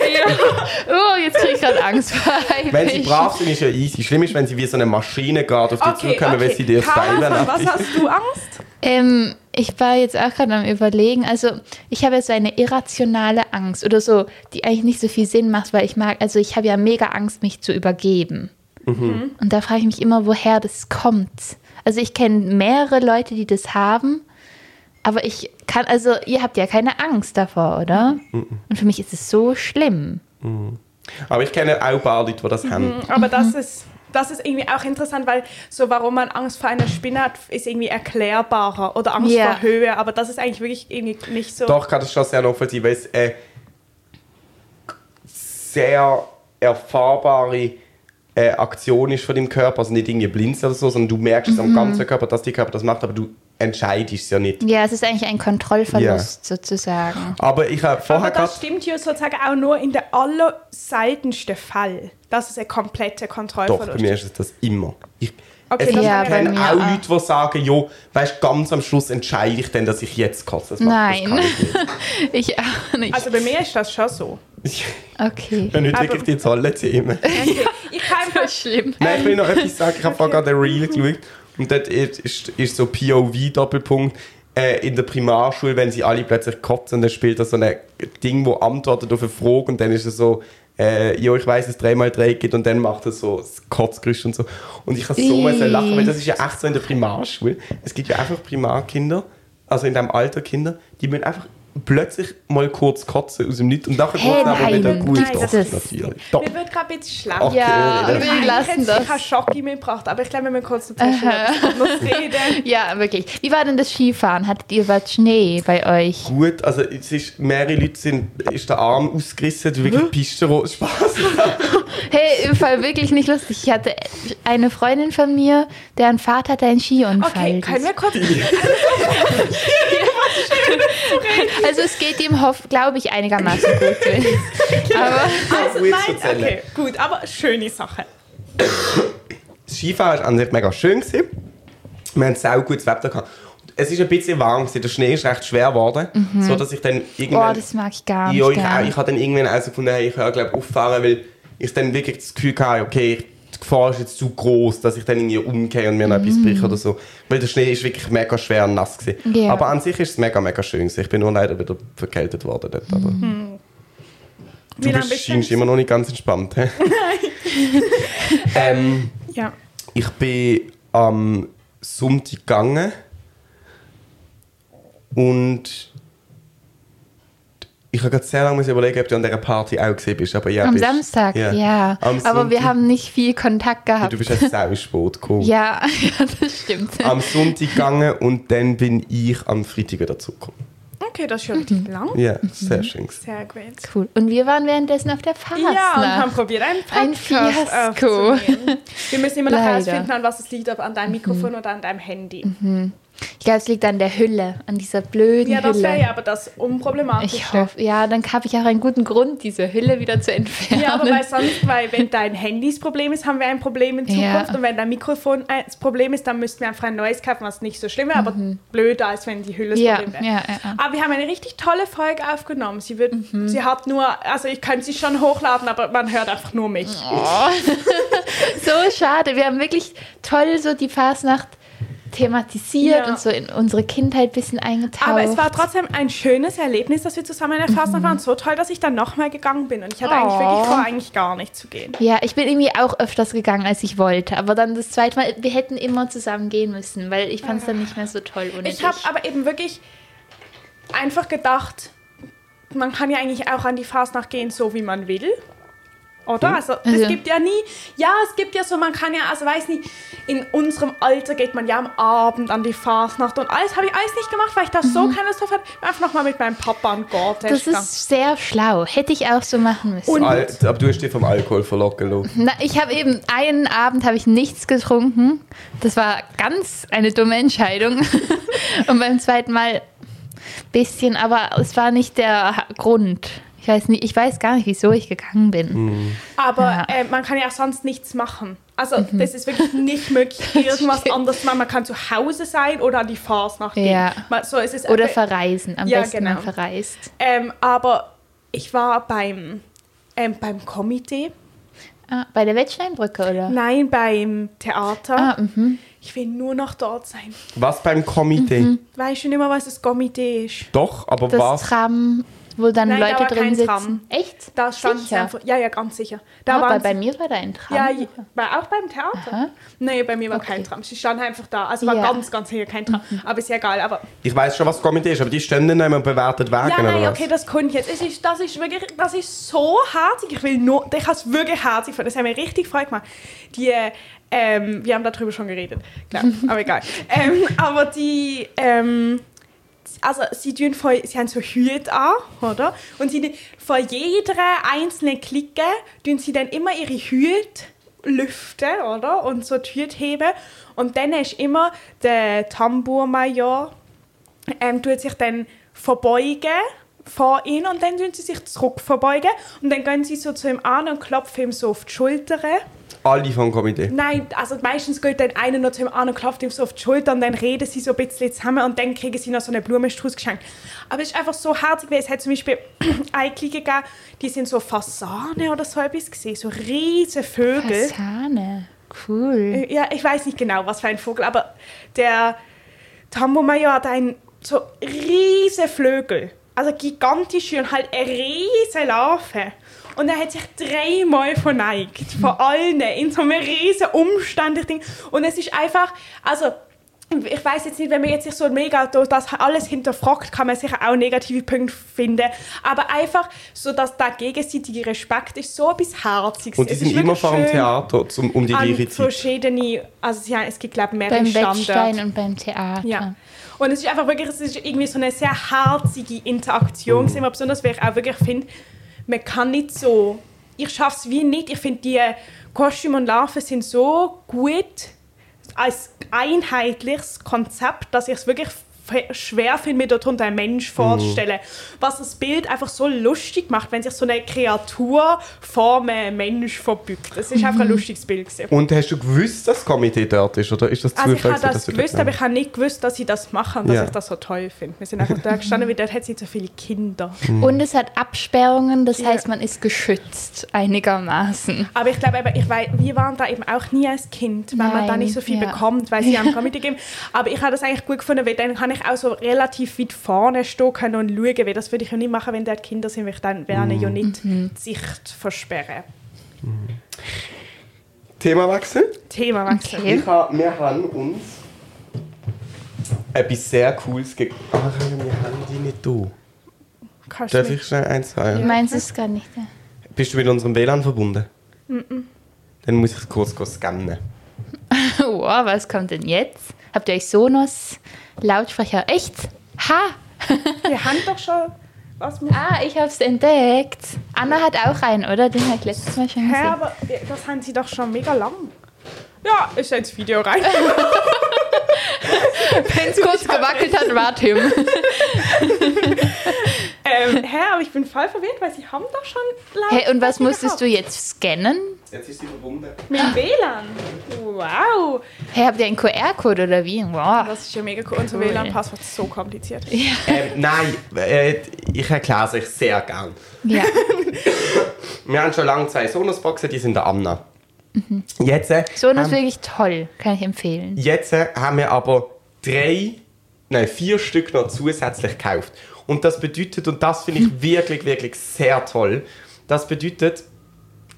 S2: Oh, jetzt kriege ich gerade Angst vor
S1: Wenn sie
S2: Haifischen.
S1: brav sind, ist ja easy. Schlimm ist, wenn sie wie so eine Maschine gerade auf dich zukommen, weil sie dir
S3: Carla, von was
S1: Steine
S3: hast du Angst?
S2: Ähm, ich war jetzt auch gerade am Überlegen. Also, ich habe ja so eine irrationale Angst oder so, die eigentlich nicht so viel Sinn macht, weil ich mag, also ich habe ja mega Angst, mich zu übergeben.
S1: Mhm.
S2: Und da frage ich mich immer, woher das kommt. Also, ich kenne mehrere Leute, die das haben, aber ich kann, also, ihr habt ja keine Angst davor, oder?
S1: Mhm.
S2: Und für mich ist es so schlimm.
S1: Aber ich kenne auch ein paar Leute, die das
S3: Mhm.
S1: haben.
S3: Aber
S2: Mhm.
S3: das ist, das ist irgendwie auch interessant, weil so, warum man Angst vor einer Spinne hat, ist irgendwie erklärbarer. Oder Angst
S2: Ja.
S3: vor Höhe. Aber das ist eigentlich wirklich irgendwie nicht so.
S1: Doch, kann das schon sehr nachvollziehen, weil es eine sehr erfahrbare äh, Aktion ist von dem Körper. Also nicht irgendwie blinzeln oder so, sondern du merkst es
S3: Mhm.
S1: am ganzen Körper, dass der Körper das macht, aber du entscheidest es ja nicht.
S2: Ja, es ist eigentlich ein Kontrollverlust sozusagen.
S1: Aber ich habe vorher
S3: Aber
S1: gerade...
S3: das stimmt ja sozusagen auch nur in der allerseltensten Fall, dass es eine komplette
S1: Doch, bei
S3: Kontrollverlust
S1: mir ist es das immer. Ich,
S3: Okay,
S1: es gibt
S2: Ja, bei
S1: keinen
S2: mir
S1: auch Leute,
S2: auch.
S1: die sagen, jo, weißt, ganz am Schluss entscheide ich denn, dass ich jetzt kotze. Das macht-
S2: Nein.
S1: Das kann ich nicht.
S2: Ich auch nicht.
S3: Also bei mir ist das schon so.
S1: Ich
S2: okay.
S1: bin nicht
S3: Aber-
S1: wirklich die Zolle ziehen.
S3: Ich kann
S2: Das
S3: einfach
S2: ist schlimm.
S1: Nein, ich will noch etwas sagen. Ich habe vorhin gerade ein Reel geschaut. Und dort ist, ist so POV-Doppelpunkt. Äh, in der Primarschule, wenn sie alle plötzlich kotzen, dann spielt das so ein Ding, wo antwortet auf eine Frage und dann ist es so, äh, ja, ich weiß, es 3 mal 3 geht und dann macht er so das Kotzgerüst und so. Und ich kann so
S2: Ih.
S1: mal lachen, weil das ist ja echt so in der Primarschule. Es gibt ja einfach Primarkinder, also in dem Alter Kinder, die müssen einfach plötzlich mal kurz kotzen aus dem Nichts und nachher
S2: Hey,
S1: kotzen aber
S2: nein,
S1: wieder gut.
S2: nein,
S1: Doch,
S2: das ist-
S1: natürlich. Doch.
S3: Mir wird gerade ein bisschen schlecht.
S1: Okay,
S2: Ja,
S1: dann-
S2: wir lassen
S3: ich hätte sicher
S2: das.
S3: Schocki mitgebracht, aber ich glaube, wir müssen kurz dazwischen noch reden.
S2: Ja, wirklich. Wie war denn das Skifahren? Hattet ihr was Schnee bei euch?
S1: gut. Also es ist, mehrere Leute sind, ist der Arm ausgerissen, wirklich
S2: Mhm.
S1: Pistero Spaß.
S2: Hey, im Fall wirklich nicht lustig. Ich hatte eine Freundin von mir, deren Vater hatte einen Skiunfall.
S3: Okay, können wir kurz.
S2: also es geht ihm, hoff- glaube ich, einigermaßen gut. Aber
S3: Also,
S1: Ruhe
S3: nein,
S1: zu zählen.
S3: okay, gut, aber schöne Sache.
S1: Das Skifahren war an sich mega schön. Gewesen. Wir hatten sehr gutes Wetter. Gehabt. Und Es ist ein bisschen warm, gewesen. der Schnee ist recht schwer geworden, so dass ich dann
S2: boah,
S1: irgendwann...
S2: Mhm. Oh, das mag ich gar nicht.
S1: ja, ich,
S2: gern.
S1: ich habe dann irgendwann also gefunden, hey, ich höre glaube auffahren, weil ich dann wirklich das Gefühl hatte, okay, ich- die Gefahr ist jetzt zu groß, dass ich dann irgendwie umkehre und mir noch
S2: Mhm.
S1: etwas bricht oder so. Weil der Schnee ist wirklich mega schwer und nass gewesen.
S2: Ja.
S1: Aber an sich ist es mega, mega schön gewesen. Ich bin nur leider wieder verkältet worden dort. Aber
S2: Mhm.
S3: Wie
S1: Du
S3: lange
S1: bist,
S3: bist du
S1: scheinst
S3: denn-
S1: immer noch nicht ganz entspannt. Nein. ähm,
S3: Ja.
S1: ich bin am Sonntag gegangen und ich habe gerade sehr lange müssen überlegen, ob du an dieser Party auch gesehen bist. Aber ja,
S2: Am
S1: bist.
S2: Samstag, ja.
S1: Am
S2: Aber wir
S1: Sonntag-
S2: haben nicht viel Kontakt gehabt.
S1: Du bist jetzt sau spät gekommen.
S2: ja, ja, das stimmt.
S1: Am Sonntag gegangen und dann bin ich am Freitag wieder zurückgekommen.
S3: Okay, das ist
S2: Mhm.
S3: schon nicht lang.
S1: Ja, sehr schön. gewesen.
S3: Sehr gut.
S2: Cool. Und wir waren währenddessen auf der Fastnacht.
S3: Ja, und haben probiert, einen Podcast
S2: Ein Fiasko.
S3: aufzunehmen. Wir müssen immer noch
S2: Leider. Mhm.
S3: herausfinden, an was es liegt, ob an deinem Mikrofon oder an deinem Handy.
S2: Ich glaube, es liegt an der Hülle, an dieser blöden
S3: Ja, das
S2: Hülle.
S3: wäre ja aber das Unproblematische.
S2: Ich hoffe, ja, dann habe ich auch einen guten Grund, diese Hülle wieder zu entfernen.
S3: Ja, aber weil sonst, weil wenn dein Handy das Problem ist, haben wir ein Problem in
S2: Ja.
S3: Zukunft. Und wenn dein Mikrofon ein- das Problem ist, dann müssten wir einfach ein neues kaufen, was nicht so schlimm wäre, aber blöder, als wenn die Hülle das
S2: Mhm. Ja,
S3: Problem wäre.
S2: ja, ja, Mhm. ja.
S3: Aber wir haben eine richtig tolle Folge aufgenommen. Sie, wird, sie hat nur, also ich könnte sie schon hochladen, aber man hört einfach nur mich.
S2: so schade. Wir haben wirklich toll so die Fasnacht thematisiert
S3: Ja.
S2: und so in unsere Kindheit ein bisschen eingetaucht.
S3: Aber es war trotzdem ein schönes Erlebnis, dass wir zusammen in der Fastnacht waren. So toll, dass ich dann nochmal gegangen bin. Und ich hatte eigentlich
S2: Mhm. Oh.
S3: wirklich vor, eigentlich gar nicht zu gehen.
S2: ja, ich bin irgendwie auch öfters gegangen, als ich wollte. Aber dann das zweite Mal, wir hätten immer zusammen gehen müssen, weil ich fand es dann nicht mehr so toll ohne
S3: Ah. Ich habe
S2: dich.
S3: aber eben wirklich einfach gedacht, man kann ja eigentlich auch an die Fastnacht gehen, so wie man will. Oder?
S1: Hm.
S3: Also,
S2: Also-
S3: es gibt ja nie, ja, es gibt ja so, man kann ja, also weiß nicht, in unserem Alter geht man ja am Abend an die Fasnacht und alles habe ich alles nicht gemacht, weil ich da so keine Lust drauf hatte. Bin Einfach nochmal mit meinem Papa an Gott.
S2: Mhm. Das ist sehr schlau. Hätte ich auch so machen müssen.
S3: Und-
S1: Al aber du hast dich vom Alkohol verlocken lassen.
S2: Na, ich habe eben einen Abend habe ich nichts getrunken. Das war ganz eine dumme Entscheidung. Und beim zweiten Mal bisschen, aber es war nicht der Ha- Grund. Ich weiß nicht, ich weiß gar nicht, wieso ich gegangen bin.
S3: Aber äh, man kann ja auch sonst nichts machen. Also das ist wirklich nicht möglich, irgendwas
S2: Mhm. stimmt.
S3: anderes zu machen. Man kann zu Hause sein oder an die Fasnacht gehen.
S2: Ja.
S3: Man, so, es ist
S2: Oder
S3: einfach-
S2: verreisen, am
S3: Ja,
S2: besten
S3: genau.
S2: man verreist.
S3: ähm, Aber ich war beim, ähm, beim Komitee,
S2: Ah, bei der Wettsteinbrücke oder?
S3: nein, beim Theater.
S2: Ah, mhm.
S3: Ich will nur noch dort sein.
S1: Was beim Komitee?
S3: Weiß schon immer, was das Komitee ist.
S1: Doch, aber
S2: Das
S1: was?
S2: Tram, wo dann
S3: Nein, da
S2: Leute
S3: war
S2: drin
S3: kein
S2: sitzen.
S3: Tram.
S2: Echt?
S3: Da stand es
S2: Sicher.
S3: einfach. Ja, ja, ganz sicher. Da
S2: Da
S3: waren
S2: bei,
S3: sie-
S2: bei mir war da ein Tram.
S3: Ja, je- bei, auch beim Theater?
S2: Aha.
S3: Nee, bei mir war
S2: Okay.
S3: kein Tram. Sie stand einfach da. Also war
S2: Ja. Mhm.
S3: ganz, ganz sicher kein Tram. Aber ist ja egal. Aber
S1: Ich weiß schon, was das Komitee ist, aber die stehen dann immer bewertet Wegen
S3: Ja,
S1: oder
S3: nein,
S1: was?
S3: okay, das konnte ich jetzt. Es ist, das ist wirklich, das ist so hart. Ich will nur, ich habe es wirklich hart gefunden. Das hat mich richtig Freude gemacht. Die, äh, ähm, wir haben darüber schon geredet, glaub, aber egal. Ähm, aber die, ähm, also sie tun voll, sie haben so Hüte an, oder? Und sie vor jeder einzelnen Clique tun sie dann immer ihre Hüte lüften, oder? Und so die Hüte heben. Und dann ist immer der Tambourmajor ähm, tut sich dann verbeugen vor ihn und dann tun sie sich zurück verbeugen und dann gehen sie so zu ihm an und klopfen ihm so auf die Schulter.
S1: Alle vom Komitee.
S3: Nein, also meistens geht dann einer noch zu ihm an und klopft ihm so auf die Schulter und dann reden sie so ein bisschen zusammen und dann kriegen sie noch so einen Blumenstrauß geschenkt. Aber es ist einfach so herzig, weil es hat zum Beispiel eine Clique gegeben, die sind so Fasane oder so etwas gesehen, so riesige Vögel.
S2: Fasane. Cool.
S3: Äh,
S1: Hm.
S3: Ja, ich weiß nicht genau, was für ein Vogel, aber der Tambo-Major hat einen so riesen Flügel. Also gigantische und halt eine riesen Larve. Und er hat sich dreimal
S1: Hm.
S3: verneigt. Vor allen. In so einem riesen Umstand. Ich denk, Und es ist einfach, also ich weiß jetzt nicht, wenn man jetzt sich so mega durch das alles hinterfragt, kann man sicher auch negative Punkte finden. Aber einfach so, dass der gegenseitige Respekt ist so etwas Herziges.
S1: Und die
S3: Es
S1: sind
S3: ist
S1: immer
S3: wirklich
S1: vor dem
S3: schön
S1: Theater zum, um die
S3: an
S1: gleiche Zeit.
S3: verschiedene, also sie haben- es gibt glaube ich mehrere
S2: Beim Wettstein
S3: Standorte.
S2: und beim Theater.
S3: Ja. Und es ist einfach wirklich, es ist irgendwie so eine sehr herzige Interaktion, gewesen, aber besonders weil ich auch wirklich finde, man kann nicht so, ich schaffe es wie nicht, ich finde die Kostüme und Larven sind so gut als einheitliches Konzept, dass ich es wirklich f- schwer finde, mir darunter einen Mensch vorzustellen. Was das Bild einfach so lustig macht, wenn sich so eine Kreatur vor einem Mensch verbückt. Es ist einfach ein lustiges Bild gewesen.
S1: Und hast du gewusst, dass das Komitee dort ist? Oder ist das
S3: Also
S1: Zufall?
S3: ich habe
S1: gewesen,
S3: das
S1: dass du
S3: gewusst, aber ich habe nicht gewusst, dass sie das machen, dass
S1: Ja.
S3: ich das so toll finde. Wir sind einfach da gestanden, weil dort hat sie so viele Kinder.
S1: Mhm.
S2: Und es hat Absperrungen, das
S3: Ja.
S2: heißt, man ist geschützt einigermaßen.
S3: Aber ich glaube, eben, ich weiß, wir waren da eben auch nie als Kind, weil man da
S2: Nein,
S3: nicht so viel
S2: ja.
S3: bekommt, weil sie haben Comedy gegeben. Aber ich habe das eigentlich gut gefunden, weil dann kann ich auch so relativ weit vorne stehen können und schauen, weil das würde ich ja nicht machen, wenn dort Kinder sind, weil ich dann wäre
S1: Mhm.
S3: ja nicht
S2: Mhm.
S3: die Sicht versperren.
S1: Thema wechseln?
S3: Thema wechseln.
S2: Okay.
S1: Ich hab, wir haben uns etwas sehr Cooles gegeben. Aber ich habe mein Handy nicht da.
S3: Kannst
S1: Darf
S3: du
S1: ich schnell eins sagen?
S2: Meins ist gar nicht da.
S1: Bist du mit unserem WLAN verbunden? Mhm. Dann muss ich es kurz kurz scannen.
S2: Wow, was kommt denn jetzt? Habt ihr euch Sonos Lautsprecher? Echt? Ha!
S3: mit- Wir haben doch schon was mit...
S2: Ah, ich hab's entdeckt. Anna hat auch einen, oder? Den hat letztes Mal schon
S3: Hä,
S2: gesehen.
S3: aber das haben sie doch schon mega lang. Ja, ist ja ins Video rein.
S2: Wenn es kurz gewackelt hat, war Tim.
S3: Ähm, hä, aber ich bin voll verwirrt, weil sie haben doch schon live.
S2: Hey, und was musstest du jetzt scannen?
S1: Jetzt ist sie verbunden.
S3: Mit dem WLAN. Wow.
S2: Hey, habt ihr einen QR-Code oder wie? Wow.
S3: Das ist ja mega cool. Unser
S2: Cool.
S3: WLAN-Passwort ist so kompliziert.
S1: ähm, nein, äh, ich erkläre es euch sehr gern.
S2: Ja.
S1: Wir haben schon lange zwei Sonos-Boxen, die sind der Anna. Jetzt, äh,
S2: Sonos
S1: haben,
S2: wirklich toll, kann ich empfehlen.
S1: jetzt äh, haben wir aber drei, nein, vier Stück noch zusätzlich gekauft. Und das bedeutet, und das finde ich wirklich, wirklich sehr toll, das bedeutet,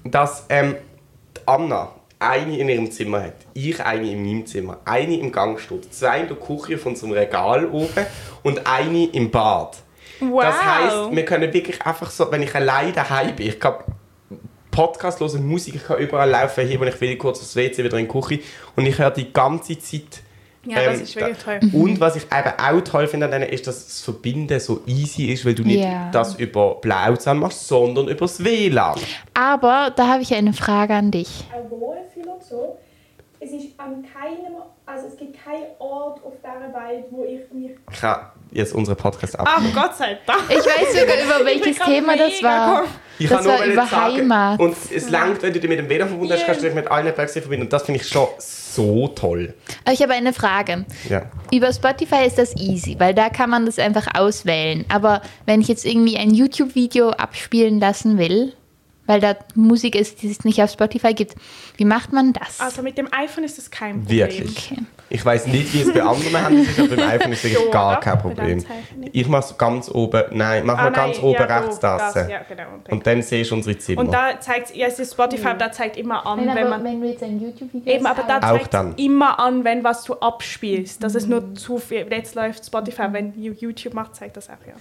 S1: dass ähm, die Anna eine in ihrem Zimmer hat, ich eine in meinem Zimmer, eine im Gang steht, zwei in der Küche von unserem Regal oben und eine im Bad.
S3: Wow.
S1: Das heisst, wir können wirklich einfach so, wenn ich allein daheim bin, ich kann Podcast hören, Musik, ich kann überall laufen, hier, wenn ich will, kurz aufs WC, wieder in die Küche. Und ich höre die ganze Zeit... ähm,
S3: Ja, das ist wirklich
S1: da-
S3: toll.
S1: Und was ich eben auch toll finde an denen, ist, dass das Verbinden so easy ist, weil du nicht
S2: Ja.
S1: das über Blauzahn machst, sondern über das WLAN.
S2: Aber da habe ich eine Frage an dich.
S4: ein Wohlfühlerzoo. Es ist an keinem, also es gibt keinen Ort auf dieser Welt, wo ich mich
S1: Ich kann jetzt unseren Podcast ab.
S3: Ach, Ah, Gott sei Dank.
S2: Ich weiß sogar, über welches
S3: grad
S2: Thema das
S3: mega
S2: war.
S3: kom-
S1: Ich
S2: das
S1: kann nur
S2: war
S1: wollen
S2: über Heimat.
S1: Und es langt, wenn du dich mit dem WLAN verbunden hast, kannst du dich mit allen Webseiten verbinden. Und das finde ich schon so toll.
S2: Aber ich habe eine Frage.
S1: Ja.
S2: Über Spotify ist das easy, weil da kann man das einfach auswählen. Aber wenn ich jetzt irgendwie ein YouTube-Video abspielen lassen will, weil da Musik ist, die es nicht auf Spotify gibt, wie macht man das?
S3: Also mit dem iPhone ist das kein Problem.
S1: Wirklich.
S2: Okay.
S1: Ich weiß nicht, wie es bei anderen Handys ist, aber beim iPhone ist wirklich
S3: So,
S1: gar
S3: oder?
S1: kein
S3: Mit
S1: Problem.
S3: dem Zeichen nicht. Ah,
S1: Ich mache es ganz oben, nein, mach mal ganz oben
S3: ja,
S1: rechts
S3: so,
S1: das.
S3: Ja, genau. Und,
S1: Und dann siehst du unsere Zimmer.
S3: und da zeigt ja, es ist Spotify, aber da zeigt immer an, wenn man.
S2: du jetzt ein YouTube-Video
S3: Eben, aber da
S1: Auch
S3: zeigt
S1: dann.
S3: immer an, wenn was du abspielst. Das ist nur zu viel. Jetzt läuft Spotify, wenn YouTube macht, zeigt das auch, ja.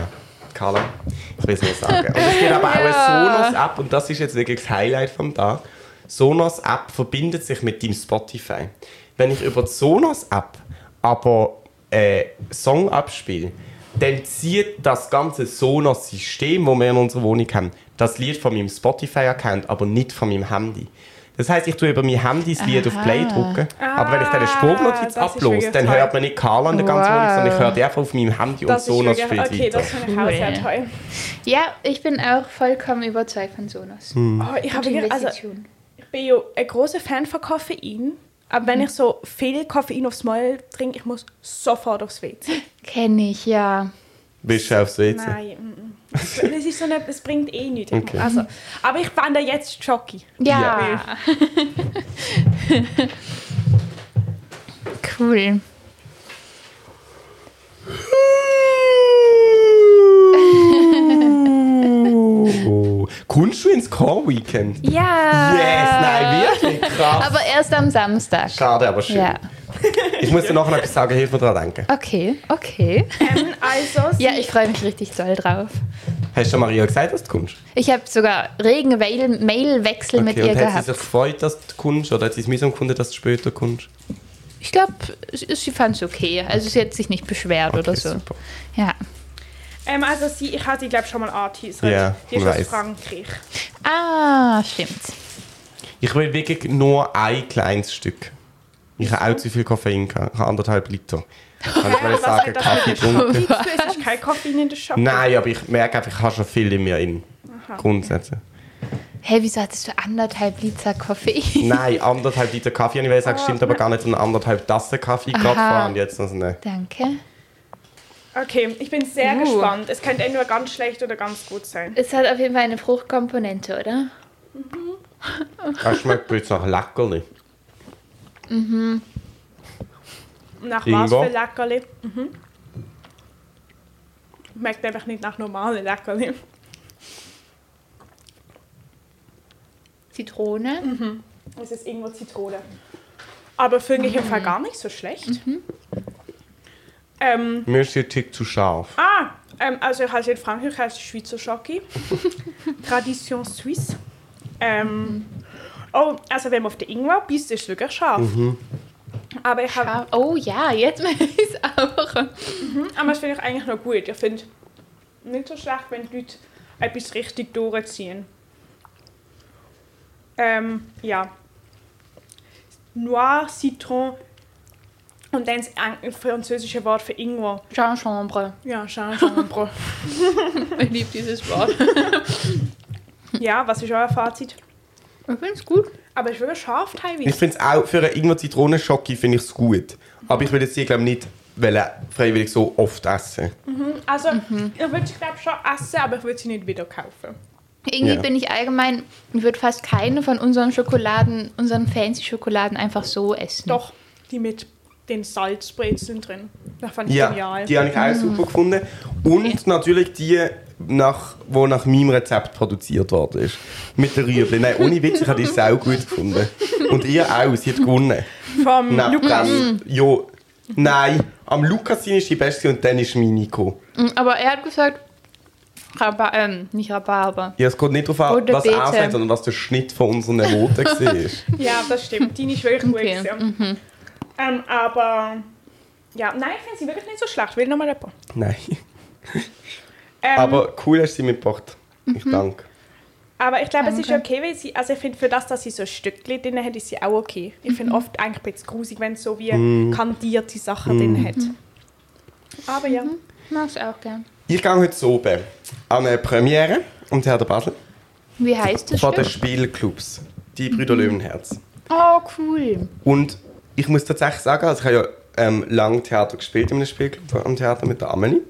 S1: Ja, Carla, ich will es nur sagen. Und es gibt aber auch eine Sonos-App und das ist jetzt wirklich das Highlight vom Tag. Sonos-App verbindet sich mit deinem Spotify. Wenn ich über die Sonos-App aber äh, Song abspiele, dann zieht das ganze Sonos-System, wo wir in unserer Wohnung haben, das Lied von meinem Spotify-Account, aber nicht von meinem Handy. Das heißt, ich tue über mein Handy das Lied auf Play drücken, aber wenn ich dann eine Sprachnotiz
S3: Ah, das ist
S1: ablose,
S3: wirklich
S1: dann
S3: toll.
S1: hört man nicht Carla in der ganzen
S2: Wow.
S1: Wohnung, sondern ich höre die einfach auf meinem Handy
S3: Das
S1: und Sonos
S3: ist
S1: spielt
S3: wirklich, okay,
S1: weiter.
S3: das finde ich auch sehr
S2: Cool.
S3: toll. Oh,
S2: Ja, ich bin auch vollkommen überzeugt von Sonos.
S3: Oh, ich, habe
S2: Gute
S3: wirklich, also,
S2: Investition.
S3: ich bin ja ein großer Fan von Koffein, aber wenn ich so viel Koffein aufs Mal trinke, ich muss sofort aufs WC.
S2: Kenn ich, ja.
S1: Bist du aufs WC?
S3: Nein, mm, mm. es es ist so eine, es bringt eh nichts.
S1: Okay.
S3: Also, aber ich fand da jetzt Jockey.
S2: Ja. cool.
S1: Oh. Kommst du ins Core Weekend? Yes,
S2: Ja.
S1: nein, wirklich krass.
S2: Aber erst am Samstag.
S1: Schade, aber schön.
S2: Ja.
S1: Ich muss dir nachher noch etwas sagen, hilf mir dran denken.
S2: Okay, okay.
S3: Ähm, also,
S2: Ja, ich freue mich richtig doll drauf.
S1: Hast du Maria gesagt, dass du kommst?
S2: Ich habe sogar regen Mail- Mailwechsel mit
S1: und
S2: ihr
S1: hat
S2: gehabt.
S1: sie sich gefreut, dass du kommst? Oder hat sie es mühsam gefunden, dass du später kommst?
S2: Ich glaube, sie, sie fand es okay. Also sie hat sich nicht beschwert oder
S1: Okay,
S2: so.
S1: super.
S2: Ja.
S3: ähm, also sie, ich hatte die, glaube schon mal angeteasert.
S1: Ja,
S3: die ist
S1: ich
S3: aus
S1: weiß.
S3: Frankreich.
S2: Ah, stimmt.
S1: Ich will wirklich nur ein kleines Stück. Ich habe auch zu viel Koffein gehabt. Ich habe anderthalb Liter. Kann ich mal
S3: was
S1: sagen,
S3: sagt das mit
S1: Kaffee
S3: der
S1: getrunken.
S3: Es ist kein Koffein in der Schachtel.
S1: Nein, aber ich merke einfach, ich habe schon viel in mir in. Grundsätzlich.
S2: Hey, wieso hattest du anderthalb Liter Koffein?
S1: Nein, anderthalb Liter Kaffee, habe ich will sagen, stimmt aber gar nicht, sondern anderthalb Tassen Kaffee gerade
S2: Aha.
S1: fahren. Jetzt noch so eine.
S2: Danke.
S3: Okay, ich bin sehr
S2: Uh.
S3: gespannt. Es könnte entweder ganz schlecht oder ganz gut sein.
S2: Es hat auf jeden Fall eine Fruchtkomponente, oder?
S1: Das schmeckt jetzt nach Leckerli.
S3: Nach
S1: Ingwer?
S3: was für Leckerli? Mhm. Schmeckt einfach nicht nach normalen Leckerli.
S2: Zitrone.
S3: Es ist irgendwo Zitrone. Aber finde ich im Fall gar nicht so schlecht. Ähm,
S1: Mir ist der Tick zu scharf.
S3: ah, ähm, also ich heiße in Frankreich heißt Schweizer Schocke. Tradition Suisse. Ähm, oh, also wenn man auf den Ingwer beißt, ist es wirklich scharf. Aber ich habe
S2: Ah, Oh ja, jetzt merke ich es auch.
S3: Aber das finde ich eigentlich noch gut. Ich finde nicht so schlecht, wenn die Leute etwas richtig durchziehen. Ähm, ja. Noir, Citron und dann das eng- französische Wort für Ingwer.
S2: Gingembre.
S3: Ja, Gingembre.
S2: Ich liebe dieses Wort.
S3: ja, was ist euer Fazit?
S2: Ich finde es gut.
S3: Aber es ist wirklich scharf
S1: Ich
S3: teilweise.
S1: finde es auch für einen irgendwo Zitronenschocke finde ich es gut. Aber ich würde jetzt die, glaube nicht wollen, freiwillig so oft essen.
S3: Also, ich würde sie, glaube ich, schon essen, aber ich würde sie nicht wieder kaufen.
S2: Irgendwie
S1: Ja.
S2: bin ich allgemein, ich würde fast keine von unseren Schokoladen, unseren fancy Schokoladen einfach so essen.
S3: Doch, die mit den Salzbrezeln drin. Das fand ich
S1: Ja,
S3: genial. Mhm.
S1: die habe ich auch super gefunden. Und natürlich die, nach, die nach meinem Rezept produziert worden ist. Mit der Rüebli. Nein, ohne Witz, ich habe die sau gut gefunden. Und ihr auch, sie hat gewonnen.
S3: Vom
S1: Neben
S3: Hm. Lukas.
S1: dem- ähm, Jo, nein, am Lukas sein ist die beste und dann ist meine gekommen.
S2: Aber er hat gesagt, Rhabar ähm, nicht Rhabarber.
S1: Ja, es geht nicht darauf an,
S2: Rote
S1: was
S2: Beete.
S1: er sagt, sondern was der Schnitt von unseren Noten war.
S3: Ja, das stimmt. Deine ist wirklich
S2: Okay. mhm.
S3: gut. gewesen. Ähm, aber ja, nein, ich finde sie wirklich nicht so schlecht. Will nochmal jemand?
S1: Nein.
S3: Ähm, aber,
S1: Aber cool hast du sie mitgebracht. Ich danke.
S3: aber ich glaube, es ist
S2: Danke.
S3: okay, weil sie, also ich finde, für das, dass sie so Stückchen drin hat, ist sie auch okay. Ich
S2: Mhm.
S3: finde oft eigentlich ein bisschen grusig, wenn es so wie
S1: Mhm.
S3: kandierte Sachen drin hat. Aber ja.
S2: Mhm. Mag ich auch gern.
S1: Ich gehe heute oben an eine Premiere am Theater Basel
S2: Wie heißt das
S1: von den
S2: Stück?
S1: Spielclubs. Die Brüder Löwenherz.
S2: Oh, cool.
S1: Und ich muss tatsächlich sagen, also ich habe ja ähm, lange Theater gespielt in einem Spielclub am Theater mit der Amelie.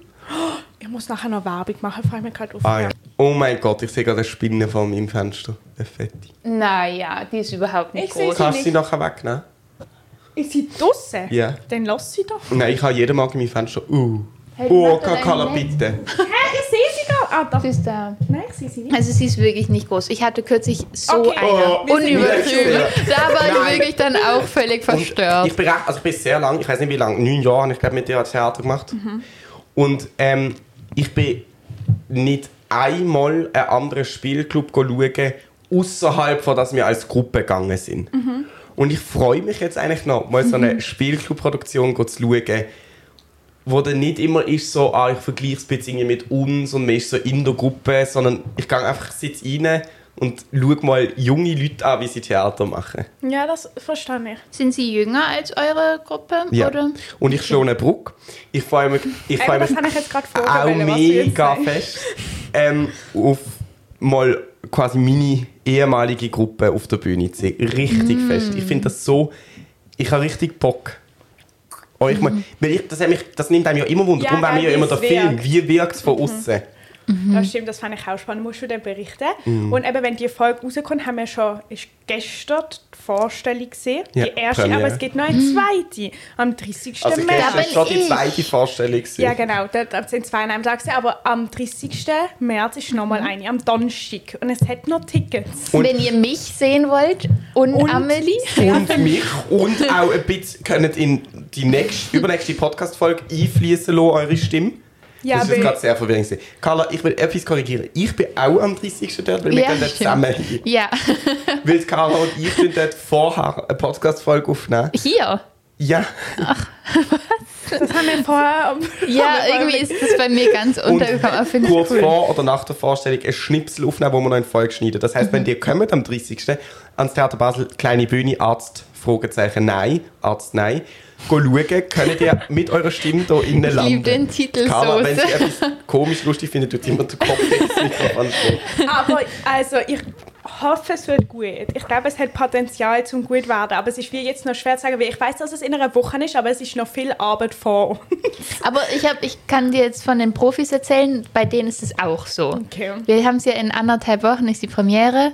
S3: Ich muss nachher noch Werbung machen, fällt mir gerade auf.
S1: Ah ja. Oh mein Gott, ich sehe gerade eine Spinne vor meinem Fenster. Eine fette.
S2: Naja, die ist überhaupt nicht
S3: Ich seh's.
S2: groß.
S1: Kannst du sie
S3: nicht.
S1: nachher wegnehmen?
S3: Ist sie draussen?
S1: Ja.
S3: Dann lass sie doch.
S1: Nein, ich habe jeden Morgen mein Fenster. Uh.
S2: Hey, die
S1: oh,
S2: macht doch
S1: Kakala,
S2: eigentlich
S1: bitte.
S3: Hä, ich sehe sie gar Ah, doch.
S2: Sie ist da.
S3: Nein, ich sehe sie nicht.
S2: Also sie ist wirklich nicht groß. Ich hatte kürzlich so
S3: Okay.
S2: eine.
S1: Oh,
S2: Unübertrieben.
S1: wir sind-
S2: Da war
S1: Nein.
S2: ich wirklich dann auch völlig
S1: Und
S2: verstört.
S1: Ich bin, recht- also ich bin sehr lang, ich weiß nicht wie lange, neun Jahre habe ich glaube mit dir Theater gemacht. Und ähm, ich bin nicht einmal einen anderen Spielclub schauen, außerhalb von, dass wir als Gruppe gegangen sind. Und ich freue mich jetzt eigentlich noch, mal so eine Spielclub-Produktion zu schauen, wo dann nicht immer ist so, ah, ich vergleiche es ein bisschen irgendwie mit uns und man ist so in der Gruppe, sondern ich gehe einfach, sitze rein und schaue mal junge Leute an, wie sie Theater machen.
S3: Ja, das verstehe ich.
S2: Sind sie jünger als eure Gruppe?
S1: Ja.
S2: Oder?
S1: Und ich schlage eine Brücke. Ich freue mich, ich
S3: Eben,
S1: freue mich
S3: das habe ich jetzt gerade
S1: auch
S3: vorgestellt, was du jetzt
S1: mega
S3: sagst.
S1: fest ähm, auf mal quasi meine ehemalige Gruppe auf der Bühne zu sehen. Richtig
S3: Mm.
S1: fest. Ich finde das so... Ich habe richtig Bock. Euch mal, weil ich, das, hat mich, das nimmt einem ja immer Wunder.
S3: Mm. Ja,
S1: Darum wäre mir ja
S3: Mhm. gell, wie
S1: immer der
S3: es
S1: Film.
S3: wirkt.
S1: Wie wirkt es von außen? Mhm.
S3: Das stimmt, das fand ich auch spannend. Musst du dann berichten. Und eben, wenn die Folge rauskommt, haben wir schon ist gestern die Vorstellung gesehen.
S1: Ja,
S3: die erste,
S1: Premiere.
S3: aber es gibt noch eine
S2: Mhm.
S3: zweite. Am 30.
S1: Also ich
S2: Da
S1: gestern
S2: bin
S1: schon die
S2: ich.
S1: zweite Vorstellung. gewesen.
S3: Ja, genau. Dort dort sind zwei an einem Tag gesehen, aber am 30. März ist nochmal
S2: Mhm.
S3: eine, am Donnerstag. Und es hat noch Tickets.
S1: Und-
S2: Wenn ihr mich sehen wollt und,
S3: Und-
S2: Amelie,
S1: und mich und auch ein bisschen können in die nächste, übernächste Podcast-Folge einfließen lassen, eure Stimme.
S3: Ja,
S1: das ist jetzt
S3: aber-
S1: gerade sehr verwirrend. gewesen. Carla, ich will etwas korrigieren. Ich bin auch am 30. dort, weil wir
S2: Ja,
S1: gehen dort
S2: stimmt.
S1: zusammen hin.
S2: ja,
S1: Weil Carla und ich sind dort vorher eine Podcast-Folge aufnehmen.
S2: hier.
S1: Ja,
S3: Das haben wir vorher.
S2: Ja, irgendwie ist das bei mir ganz untergekommen. Aber finde ich
S1: kurz
S2: cool.
S1: vor oder nach der Vorstellung ein Schnipsel aufnehmen, wo wir noch in die Folge schneiden. Das heisst,
S2: Mhm.
S1: wenn ihr kommt am 30. ans Theater Basel, kleine Bühne, Arzt, Fragezeichen, nein, Arzt, nein, go schauen, könnt ihr mit eurer Stimme hier innen
S2: Ich
S1: landen.
S2: liebe den Titel
S1: Carla, wenn sie
S2: Soße.
S1: etwas komisch lustig findet, tut immer den Kopf ins Mikrofon schlagen.
S3: Aber also, ich hoffe, es wird gut. Ich glaube, es hat Potenzial zum gut werden. Aber es ist wie jetzt noch schwer zu sagen, weil ich weiß, dass es in einer Woche ist, aber es ist noch viel Arbeit vor uns.
S2: Aber ich, hab, ich kann dir jetzt von den Profis erzählen, bei denen ist es auch so.
S3: Okay.
S2: Wir haben es ja in anderthalb Wochen, ist die Premiere.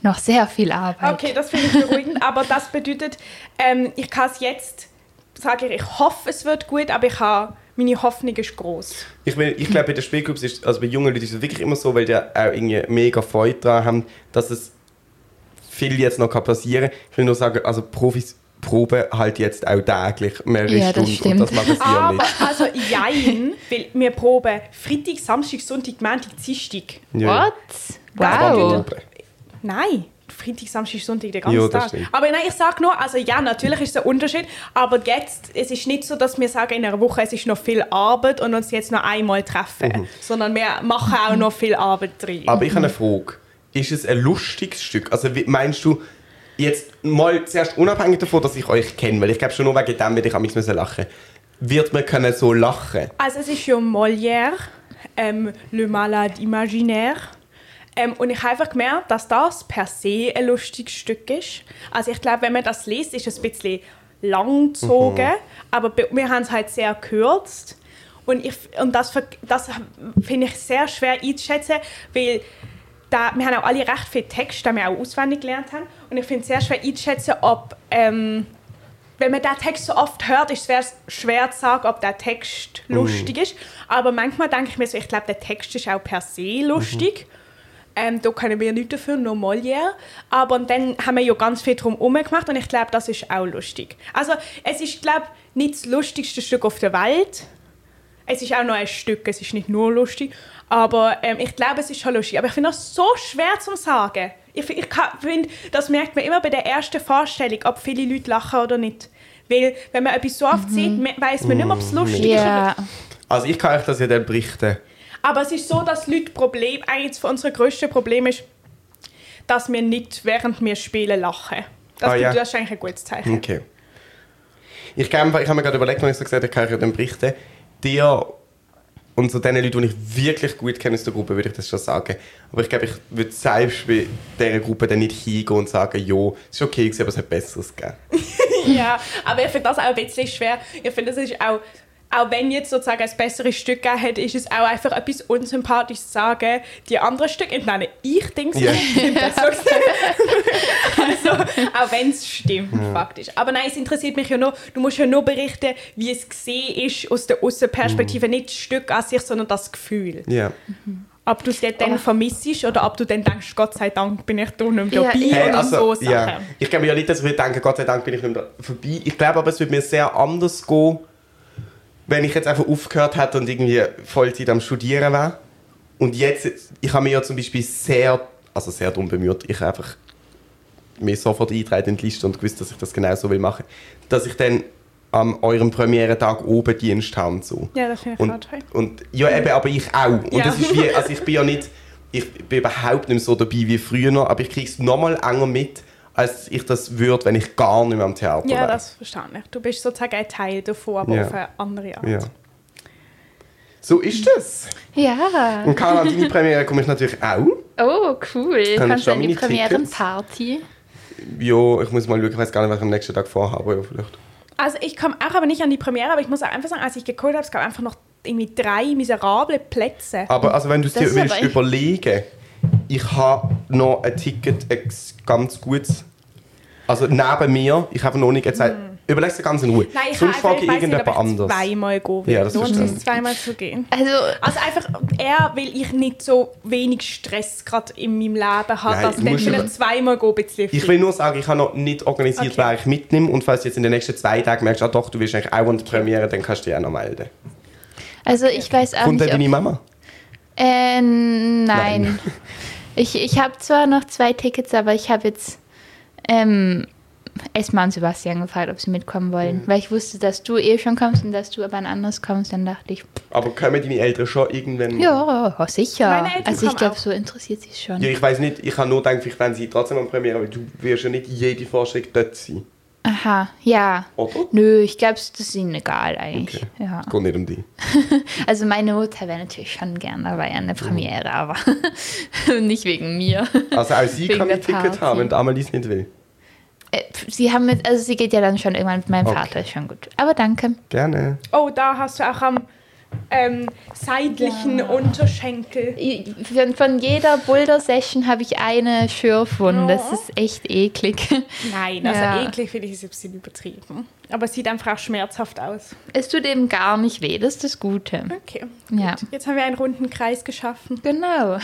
S2: Noch sehr viel Arbeit.
S3: Okay, das finde ich beruhigend, aber das bedeutet, ähm, ich kann es jetzt sagen, ich hoffe, es wird gut, aber ich habe, meine Hoffnung ist groß.
S1: Ich, will- ich glaube, bei den Spielclubs ist, also bei jungen Leuten ist es wirklich immer so, weil die auch irgendwie mega Freude daran haben, dass es viel jetzt noch kann passieren kann. Ich will nur sagen, also Profis proben halt jetzt auch täglich mehrere
S2: Ja, das
S1: Stunden und
S2: stimmt.
S1: das machen sie ja
S3: Aber
S1: nicht.
S3: also jein, weil wir proben Freitag, Samstag, Sonntag, Montag, Dienstag.
S1: Ja.
S2: What?
S1: Das
S2: Wow.
S1: war die Probe.
S3: Nein. Freitag, Samstag, Sonntag, den ganzen
S1: Ja, das
S3: Tag.
S1: stimmt.
S3: Aber nein, ich sage nur, also ja, natürlich ist es ein Unterschied, aber jetzt, es ist nicht so, dass wir sagen, in einer Woche, es ist noch viel Arbeit und uns jetzt noch einmal treffen, sondern wir machen auch noch viel Arbeit drin.
S1: Mhm. Aber ich habe eine Frage. Ist es ein lustiges Stück? Also wie- meinst du, jetzt mal zuerst unabhängig davon, dass ich euch kenne, weil ich glaube schon nur wegen dem, weil ich am liebsten müssen lachen wird man können so lachen.
S3: Also es ist ja Molière, ähm, Le Malade Imaginaire. Ähm, und ich habe einfach gemerkt, dass das per se ein lustiges Stück ist. Also ich glaube, wenn man das liest, ist es ein bisschen langgezogen, aber be- wir haben es halt sehr gekürzt. Und, ich, und das, ver- das finde ich sehr schwer einzuschätzen, weil da, wir haben auch alle recht viel Text, den wir auch auswendig gelernt haben. Und ich finde es sehr schwer einzuschätzen, ob... Ähm, wenn man den Text so oft hört, ist es sehr schwer zu sagen, ob der Text lustig ist. Aber manchmal denke ich mir so, ich glaube, der Text ist auch per se lustig. Ähm, da können wir nichts dafür, nur Molière. Aber und dann haben wir ja ganz viel drum herum gemacht und ich glaube, das ist auch lustig. Also es ist, glaube ich, nicht das lustigste Stück auf der Welt. Es ist auch noch ein Stück, es ist nicht nur lustig. Aber ähm, ich glaube, es ist schon lustig. Aber ich finde das so schwer zu sagen. Ich, fi- ich ka- finde, das merkt man immer bei der ersten Vorstellung, ob viele Leute lachen oder nicht. Weil, wenn man etwas so oft sieht, weiß man nicht mehr, ob es lustig ist oder
S2: Ja.
S1: Also ich kann euch das ja dann berichten.
S3: aber es ist so, dass Leute Problem, eines von unserer grössten Probleme ist, dass wir nicht während wir spielen lachen. Das,
S1: Ah, ja.
S3: das ist eigentlich ein gutes Zeichen.
S1: Okay. Ich, glaube, ich habe mir gerade überlegt, wenn ich so gesagt habe, kann ich ja dann berichten. äh, Dir und so den Leuten, die ich wirklich gut kenne aus der Gruppe, würde ich das schon sagen. Aber ich glaube, ich würde selbst bei dieser Gruppe dann nicht hingehen und sagen, jo, es war okay, gewesen, aber es hat Besseres gegeben.
S3: Ja, aber ich finde das auch ein bisschen schwer. Ich finde, das ist auch, auch wenn jetzt sozusagen ein besseres Stück gegeben hätte, ist es auch einfach etwas unsympathisches zu sagen, die anderen Stücke entnehmen. Ich denke es
S1: Ja.
S3: nicht besser gewesen. Also, auch wenn es stimmt, faktisch. Aber nein, es interessiert mich ja nur, du musst ja nur berichten, wie es gesehen ist aus der Außenperspektive,
S1: Mhm.
S3: nicht das Stück an sich, sondern das Gefühl.
S1: Ja.
S3: Ob du es dort dann
S2: Aber-
S3: vermisst oder ob du dann denkst, Gott sei Dank bin ich da nicht mehr
S2: Ja,
S3: dabei
S2: ja.
S1: Hey,
S3: oder
S1: also,
S3: so Sachen.
S1: ja. Ich glaube ja nicht, dass ich würde denken, Gott sei Dank bin ich nicht mehr da vorbei. Ich glaube aber, es würde mir sehr anders gehen, wenn ich jetzt einfach aufgehört hätte und irgendwie Vollzeit am Studieren wäre. Und jetzt, ich habe mich ja zum Beispiel sehr, also sehr darum bemüht, ich habe einfach mich sofort eingetragen in die Liste und gewusst, dass ich das genau so will machen. Dass ich dann an eurem Premierentag oben Dienst habe und so.
S3: Ja, das finde ich
S1: Und,
S3: gerade.
S1: und ja, eben, aber ich auch. Und
S3: Ja.
S1: das ist wie, also ich bin ja nicht, ich bin überhaupt nicht mehr so dabei wie früher noch, aber ich kriege es nochmal enger mit, als ich das würde, wenn ich gar nicht mehr am Theater
S3: Ja,
S1: wäre.
S3: das verstehe ich. Du bist sozusagen ein Teil davon, aber
S1: Ja.
S3: auf eine andere Art.
S1: Ja. So ist das.
S2: Ja.
S1: Und Karl, an deine Premiere komme ich natürlich auch.
S2: Oh,
S1: Kann
S2: cool.
S1: ich
S2: Kannst
S1: da
S2: du an die
S1: meine Tickets?
S2: Premierenparty?
S1: Jo, ich muss mal schauen, ich weiß gar nicht, was ich am nächsten Tag vorhabe. Ja, vielleicht.
S3: Also ich komme auch aber nicht an die Premiere, aber ich muss auch einfach sagen, als ich geguckt habe, es gab einfach noch irgendwie drei miserable Plätze.
S1: Aber also, wenn du es
S2: Das
S1: dir
S2: ist aber
S1: willst
S2: echt-
S1: überlegen, ich habe noch ein Ticket, ein ganz gutes. Also neben mir, ich habe noch nicht gesagt, überleg dir ganz in Ruhe.
S3: Hm. Nein, ich
S1: Sonst
S3: habe einfach,
S1: frage
S3: ich
S1: ich
S3: weiß nicht,
S1: irgendjemand
S3: ob ich
S1: anders.
S3: zweimal gehen will.
S1: Ja, das
S3: Lohnt
S1: verstehe
S3: es,
S1: ich.
S3: zweimal zu gehen?
S2: Also,
S3: Also einfach eher, weil ich nicht so wenig Stress gerade in meinem Leben habe,
S1: Nein,
S3: dass
S1: du
S3: dann
S1: musst
S3: vielleicht
S1: aber-
S3: zweimal gehen ein bisschen
S1: Ich will nur sagen, ich habe noch nicht organisiert,
S3: Okay.
S1: wer ich mitnehme. Und falls du jetzt in den nächsten zwei Tagen merkst, ah doch, du willst eigentlich auch an die Premiere, dann kannst du dich auch noch melden.
S2: also ich weiß auch
S1: Kommt dann
S2: nicht, ob
S1: deine Mama?
S2: Äh, nein.
S1: Nein.
S2: Ich, ich habe zwar noch zwei Tickets, aber ich habe jetzt ähm, erstmal an Sebastian gefragt, ob sie mitkommen wollen. Weil ich wusste, dass du eh schon kommst und dass du aber ein anderes kommst. Dann dachte ich,
S1: Aber kommen deine Eltern schon irgendwann?
S2: ja, oh, sicher.
S3: Meine Eltern
S2: also ich
S3: kommen
S2: glaube,
S3: auch.
S2: so interessiert sie es schon.
S1: Ja, ich weiß nicht, ich habe nur gedacht, vielleicht werden sie trotzdem an die Premiere, weil du wirst ja nicht jede Vorstellung dort sein,
S2: Aha, ja.
S1: oder?
S2: Nö, ich glaube, das ist ihnen egal eigentlich. Ja.
S1: Es geht nicht um dich.
S2: Also meine Mutter wäre natürlich schon gern dabei an der Premiere, aber nicht wegen mir.
S1: Also auch sie
S2: Wegen
S1: kann
S2: der
S1: ein Ticket
S2: Party.
S1: haben, wenn die Amelie es nicht will.
S2: Äh, sie haben mit, also sie geht ja dann schon irgendwann mit meinem
S1: Okay.
S2: Vater, ist schon gut. Aber danke.
S1: Gerne.
S3: Oh, da hast du auch am ähm, seitlichen Unterschenkel.
S2: Von, von jeder Boulder-Session habe ich eine Schürfwunde. Das
S3: Oh.
S2: ist echt eklig.
S3: Nein, also
S2: Ja.
S3: eklig finde ich es ein bisschen übertrieben. Aber es sieht einfach auch schmerzhaft aus.
S2: Es tut eben gar nicht weh, das ist das Gute.
S3: Okay.
S2: Ja,
S3: Jetzt haben wir einen runden Kreis geschaffen.
S2: genau.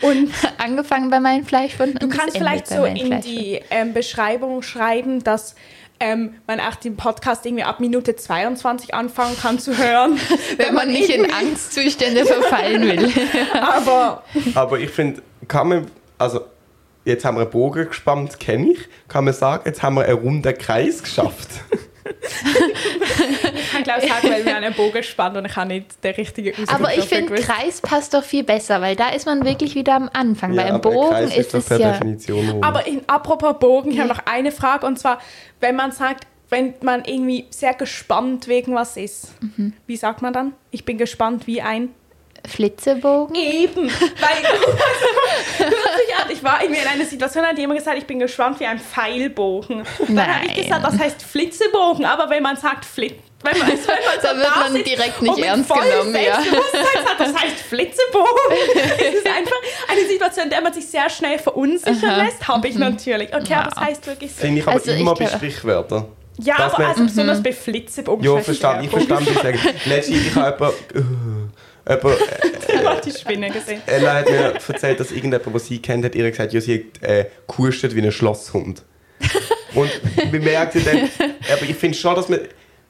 S3: Und
S2: Angefangen bei meinen Fleischwunden.
S3: du kannst vielleicht so in die ähm, Beschreibung schreiben, dass ähm, man auch den Podcast irgendwie ab Minute 22 anfangen kann zu hören.
S2: Wenn man nicht in Angstzustände verfallen will.
S3: Aber
S1: Aber ich finde, kann man, also jetzt haben wir einen Bogen gespannt, kenne ich, kann man sagen, jetzt haben wir einen runden Kreis geschafft.
S3: ich glaube, es hat, weil wir einen Bogen spannen und ich habe nicht den richtigen Ausdruck
S2: Aber ich
S3: dafür
S2: finde,
S3: gewusst.
S2: Kreis passt doch viel besser, weil da ist man wirklich wieder am Anfang.
S1: Ja,
S2: bei einem
S1: aber ein
S2: Bogen
S1: Kreis
S2: ist
S1: doch
S2: es
S1: per
S2: ja.
S1: Definition rund.
S3: Aber in, apropos Bogen,
S2: Mhm.
S3: ich habe noch eine Frage und zwar, wenn man sagt, wenn man irgendwie sehr gespannt wegen was ist,
S2: Mhm.
S3: wie sagt man dann? Ich bin gespannt wie ein
S2: Flitzebogen?
S3: Eben, weil also, hört sich an, ich war irgendwie in einer Situation, an der jemand gesagt hat, ich bin gespannt wie ein Pfeilbogen. Dann habe ich
S2: Nein.
S3: gesagt, das heißt Flitzebogen, aber wenn man sagt Flit, wenn man, wenn man
S2: Da wird
S3: da
S2: man
S3: sitzt
S2: direkt
S3: und
S2: nicht
S3: oh, mit
S2: ernst
S3: vollem
S2: genommen, ja.
S3: Selbstbewusstsein sagt, das heißt Flitzebogen. Es ist einfach eine Situation, in der man sich sehr schnell verunsichern lässt, habe
S2: Mhm.
S3: ich natürlich. Okay, aber das heißt wirklich so.
S1: Finde ich aber
S2: Also ich
S1: immer bei
S2: glaub-
S1: Sprichwörtern.
S3: Ja,
S1: Dass
S3: aber
S1: man-
S3: also
S2: Mhm.
S3: besonders bei Flitzebogen.
S1: Ja,
S3: scheiße,
S1: verstanden, ich
S3: Werbung.
S1: verstand, wie ich sage. Letztens, ich habe jemanden, äh, jemanden
S3: Ich habe Oh die Spinne gesehen.
S1: Ella hat mir erzählt, dass irgendjemand, der sie kennt, hat ihr gesagt, ja, sie hat äh, gehustet wie ein Schlosshund. Und man merkt ja dann, aber ich finde schon, dass man,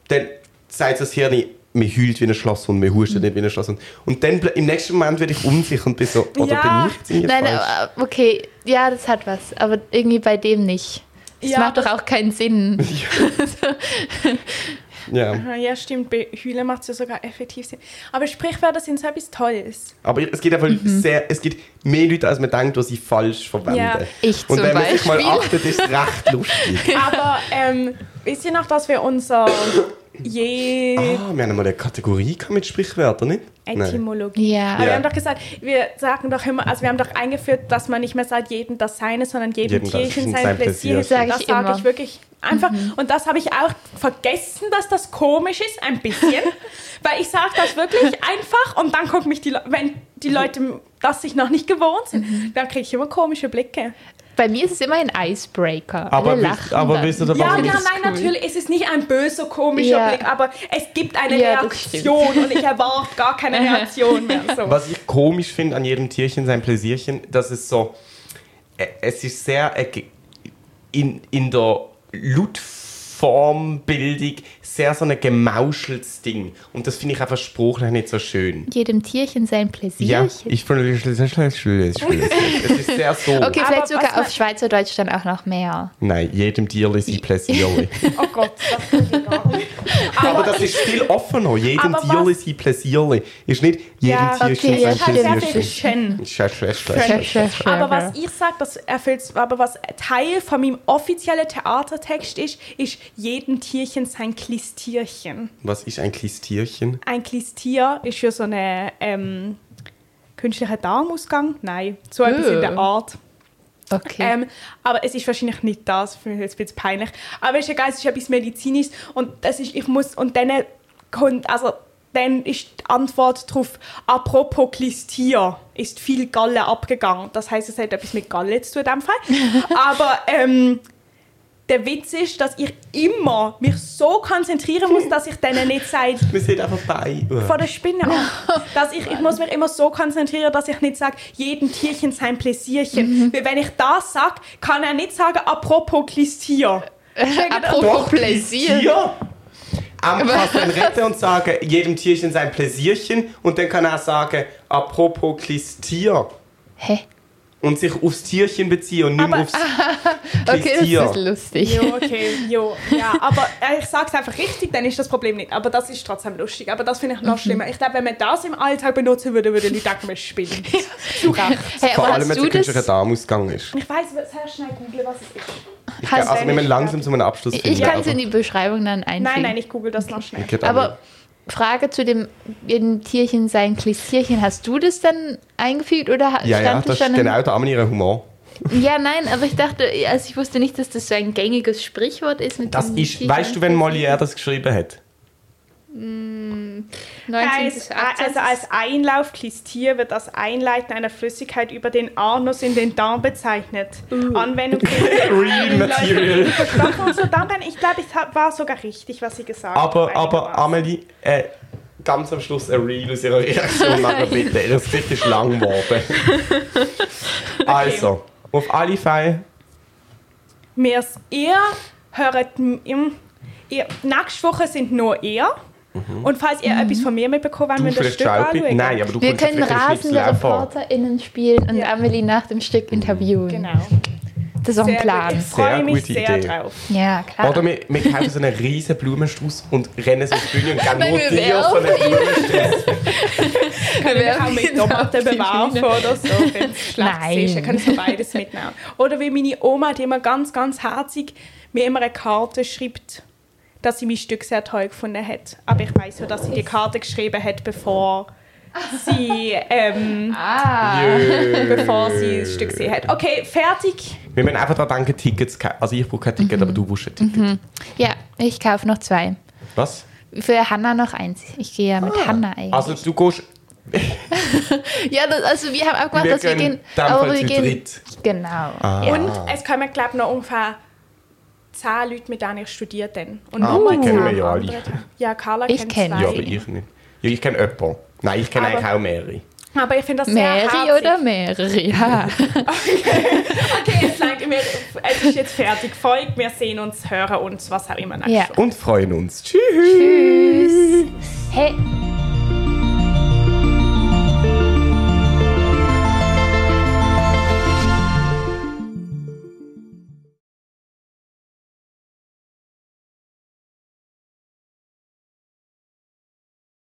S1: dann sagt das Hirn, man heult wie ein Schlosshund, man hustet nicht wie ein Schlosshund. Und dann pl- im nächsten Moment werde ich unsicher und bin so, oder
S3: Ja.
S1: bin ich jetzt irgendwie
S2: Nein,
S1: falsch?
S2: aber, okay, ja, das hat was, aber irgendwie bei dem nicht. Das
S3: Ja,
S2: macht doch
S3: das-
S2: auch keinen Sinn. äh,
S1: ja.
S3: Ah, Ja, stimmt. Bei Hühlen macht es ja sogar effektiv Sinn. Aber Sprichwörter sind so etwas Tolles.
S1: Aber es gibt einfach
S2: Mhm.
S1: sehr, es gibt mehr Leute, als man denkt, die sie falsch verwenden.
S3: Ja.
S2: Ich
S1: und
S2: zum
S1: wenn man sich mal
S2: Beispiel.
S1: achtet, ist es recht lustig.
S3: Aber ähm, wisst ihr noch, dass wir unser je
S1: Ah, wir haben mal eine Kategorie gehabt mit Sprichwörtern, nicht? Nein.
S3: Etymologie.
S2: Ja.
S3: Aber
S1: Ja.
S3: wir haben doch gesagt, wir sagen doch immer, also wir haben doch eingeführt, dass man nicht mehr sagt, jedem das Seine, sondern jedem
S1: Jedem das
S3: Tierchen
S1: Tierchen
S3: sein
S1: sein
S3: Pläsier.
S1: Pläsier.
S2: Sag
S3: das
S2: ich
S3: sage
S2: immer. Mhm.
S3: ich wirklich einfach. Und das habe ich auch vergessen, dass das komisch ist, ein bisschen. weil ich sage das wirklich einfach und dann gucken mich die Leute, wenn die Leute das sich noch nicht gewohnt sind,
S2: Mhm.
S3: dann kriege ich immer komische Blicke.
S2: Bei mir ist es immer ein Icebreaker.
S1: Aber
S2: Alle
S1: wisst-
S2: lachen
S1: aber
S2: dann.
S1: wisst ihr, warum
S3: Ja,
S1: Warum
S3: ja,
S1: ist
S3: nein,
S1: das
S3: natürlich, es ist nicht ein böser, komischer
S2: Ja.
S3: Blick, aber es gibt eine
S2: Ja, das
S3: Reaktion und ich erwarte gar keine Reaktion mehr. So.
S1: Was ich komisch finde an jedem Tierchen, sein Pläsierchen, dass es so, äh, es ist sehr äh, ge- in, in der Lautformbildung sehr so ein gemauscheltes Ding. Und das finde ich einfach sprachlich nicht so schön.
S2: Jedem Tierchen sein
S1: Ja,
S2: Pläsierchen.
S1: ich finde das sehr schön. Es ist sehr so.
S2: okay,
S3: Aber
S2: vielleicht
S3: was
S2: sogar
S3: man-
S2: auf Schweizerdeutsch dann auch noch mehr.
S1: Nein, jedem Tierli sein Pläsierli.
S3: Oh Gott, das kann ich gar nicht.
S1: Aber das ist viel offener. Jedem
S3: Aber
S1: Tierli sein Pläsierli. Ist nicht jedem
S3: Ja,
S1: Tierchen
S2: okay, das
S1: sein
S2: hat
S3: sehr viel
S1: Pläsierchen.
S3: Schen.
S1: Schä- schä- schä- schä- schä- schä-
S3: Aber was ich sage, das erfüllt, aber was Teil von meinem offiziellen Theatertext ist, ist jedem Tierchen sein Klistierchen.
S1: Was ist ein kleines Tierchen?
S3: Ein Klistier ist ja so ein ähm, künstlicher Darmausgang. Nein, so etwas in der
S2: Äh.
S3: Art.
S2: Okay.
S3: Ähm, aber es ist wahrscheinlich nicht das, finde ich jetzt ein bisschen peinlich. Aber es ist egal, es ist etwas Medizinisches und das ist, ich muss, und dann kommt, also dann ist die Antwort darauf, apropos Klistier, ist viel Galle abgegangen. Das heißt, es hat etwas mit Galle zu tun in dem Fall. aber ähm, der Witz ist, dass ich immer mich so konzentrieren muss, dass ich denen nicht sage,
S1: Wir sind einfach bei.
S3: vor der Spinne ab. Dass ich, ich muss mich immer so konzentrieren, dass ich nicht sage, jedem Tierchen sein Pläsierchen. Weil wenn ich das sage, kann er nicht sagen, apropos Klistier.
S2: Apropos Pläsier.
S1: Ja. Am kannst du dann retten und sagen, jedem Tierchen sein Pläsierchen. Und dann kann er sagen, apropos kleines Tier.
S2: Hä?
S1: Und sich aufs Tierchen beziehen und nicht mehr
S3: Aber-
S1: aufs
S2: Okay,
S1: kleines
S2: das
S1: Tier.
S2: ist lustig.
S3: Jo, okay, jo, ja. Aber äh, ich sage es einfach richtig, dann ist das Problem nicht. Aber das ist trotzdem lustig. Aber das finde ich noch schlimmer. Ich glaube, wenn man das im Alltag benutzen würde, würden die denken, man spinnt. Zu Recht.
S2: Hey,
S1: Vor
S2: aber
S1: allem,
S2: hast
S1: wenn
S2: du
S1: es ein
S2: das?
S1: Darmausgang ist.
S3: Ich weiß, sehr schnell googeln, was es ist.
S1: Ich,
S2: Hast-
S1: also, wir müssen langsam zu einem Abschluss finden. also.
S2: Ich kann es
S1: aber-
S2: in die Beschreibung dann einfügen.
S3: Nein, nein, ich google das noch schnell.
S1: Geht
S2: Aber Frage zu dem jedem Tierchen sein Klistierchen. Hast du das dann eingefügt oder ha-
S1: Ja, ja,
S2: stand
S1: das
S2: schon
S1: ist
S2: in-
S1: genau der Amnire Humor.
S2: Ja, nein, aber ich dachte, also ich wusste nicht, dass das so ein gängiges Sprichwort ist. Mit
S1: Das
S2: dem
S1: ist,
S2: Tierchen
S1: weißt du, wenn Molière das geschrieben hat?
S2: 19.
S3: Als,
S2: bis 18.
S3: also als Einlauf Klistier wird das Einleiten einer Flüssigkeit über den Anus in den Darm bezeichnet. Anwendung
S1: Real Material.
S3: Verstopfung und so Darmbein. Ich glaube, es hat- war sogar richtig, was sie gesagt
S1: Aber,
S3: hat.
S1: aber Amelie, äh, ganz am Schluss ein Real aus ihrer Reaktion machen, bitte. Ihr Gesicht ist lang geworden. Also, auf alle Fälle,
S3: Mir's, ihr hört m- im. Ihr, nächste Woche sind nur ihr. Und falls ihr etwas von mir mitbekommen wollt,
S1: Mhm. du
S3: müsst ihr
S1: vielleicht schau
S3: das Stück anschauen.
S1: bitte. Nein, aber du
S2: Wir
S1: kannst ja
S2: können
S1: vielleicht einen Schnipsel
S2: rasende
S1: einfach-
S2: ReporterInnen spielen und
S3: Ja.
S2: Amelie nach dem Stück
S1: Mhm.
S2: interviewen.
S3: Genau.
S2: Das ist auch ein
S3: Sehr gut. Ich
S2: Plan.
S1: Sehr
S3: freue mich
S1: gute
S3: sehr
S1: Idee.
S3: drauf.
S2: Ja, klar.
S1: Oder wir, wir kaufen so einen riesen Blumenstrauß und rennen so auf die Bühne und geben
S2: Wenn
S1: nur
S2: wir
S1: dir so einen Blumenstrauß.
S3: Vielleicht auch
S2: Genau.
S3: mit Tomaten bewerfen oder so, wenn es schlecht
S2: Nein.
S3: ist. Dann können wir beides mitnehmen. Oder wie meine Oma, die immer ganz, ganz herzig mir immer eine Karte schreibt, dass sie mein Stück sehr toll gefunden hat. Aber ich weiß ja, dass sie die Karte geschrieben hat, bevor sie, ähm,
S2: Ah.
S1: Äh.
S3: bevor sie das Stück gesehen hat. Okay, fertig.
S1: Wir müssen einfach daran denken, Tickets zu kaufen. Also ich brauche kein Ticket,
S2: Mhm.
S1: aber du brauchst ein Ticket.
S2: Ja, ich kaufe noch zwei.
S1: Was?
S2: Für Hanna noch eins. Ich gehe ja mit Hanna eigentlich.
S1: Also du gehst...
S2: ja, das, also wir haben auch gemacht,
S1: Wir
S2: dass wir
S1: gehen
S2: gehen.
S1: dann
S2: aber
S1: voll
S2: wir
S1: zu
S2: gehen.
S1: dritt.
S2: Genau.
S1: Ah.
S2: Ja.
S3: Und es kommen, glaube ich, noch ungefähr zehn Leute, mit denen ich studiere. dann. Und
S1: Ah,
S3: nochmal
S1: die kennen
S3: zehn
S1: wir ja alle.
S3: andere. Ja, Carla
S2: Ich
S3: kennt
S2: kenn
S3: zwei.
S2: Nein.
S1: Ja, aber ich nicht. Ja, ich kenne jemanden. Nein, ich kenne
S3: Aber-
S1: eigentlich auch mehrere.
S3: Aber ich finde das sehr
S2: Mary
S3: herzig.
S2: oder mehrere? Ja.
S3: Okay, es langt mir. Es ist jetzt fertig. Folgt, wir sehen uns, hören uns, was auch immer.
S2: ja.
S1: Und freuen uns. Tschüss.
S2: Tschüss. Hey,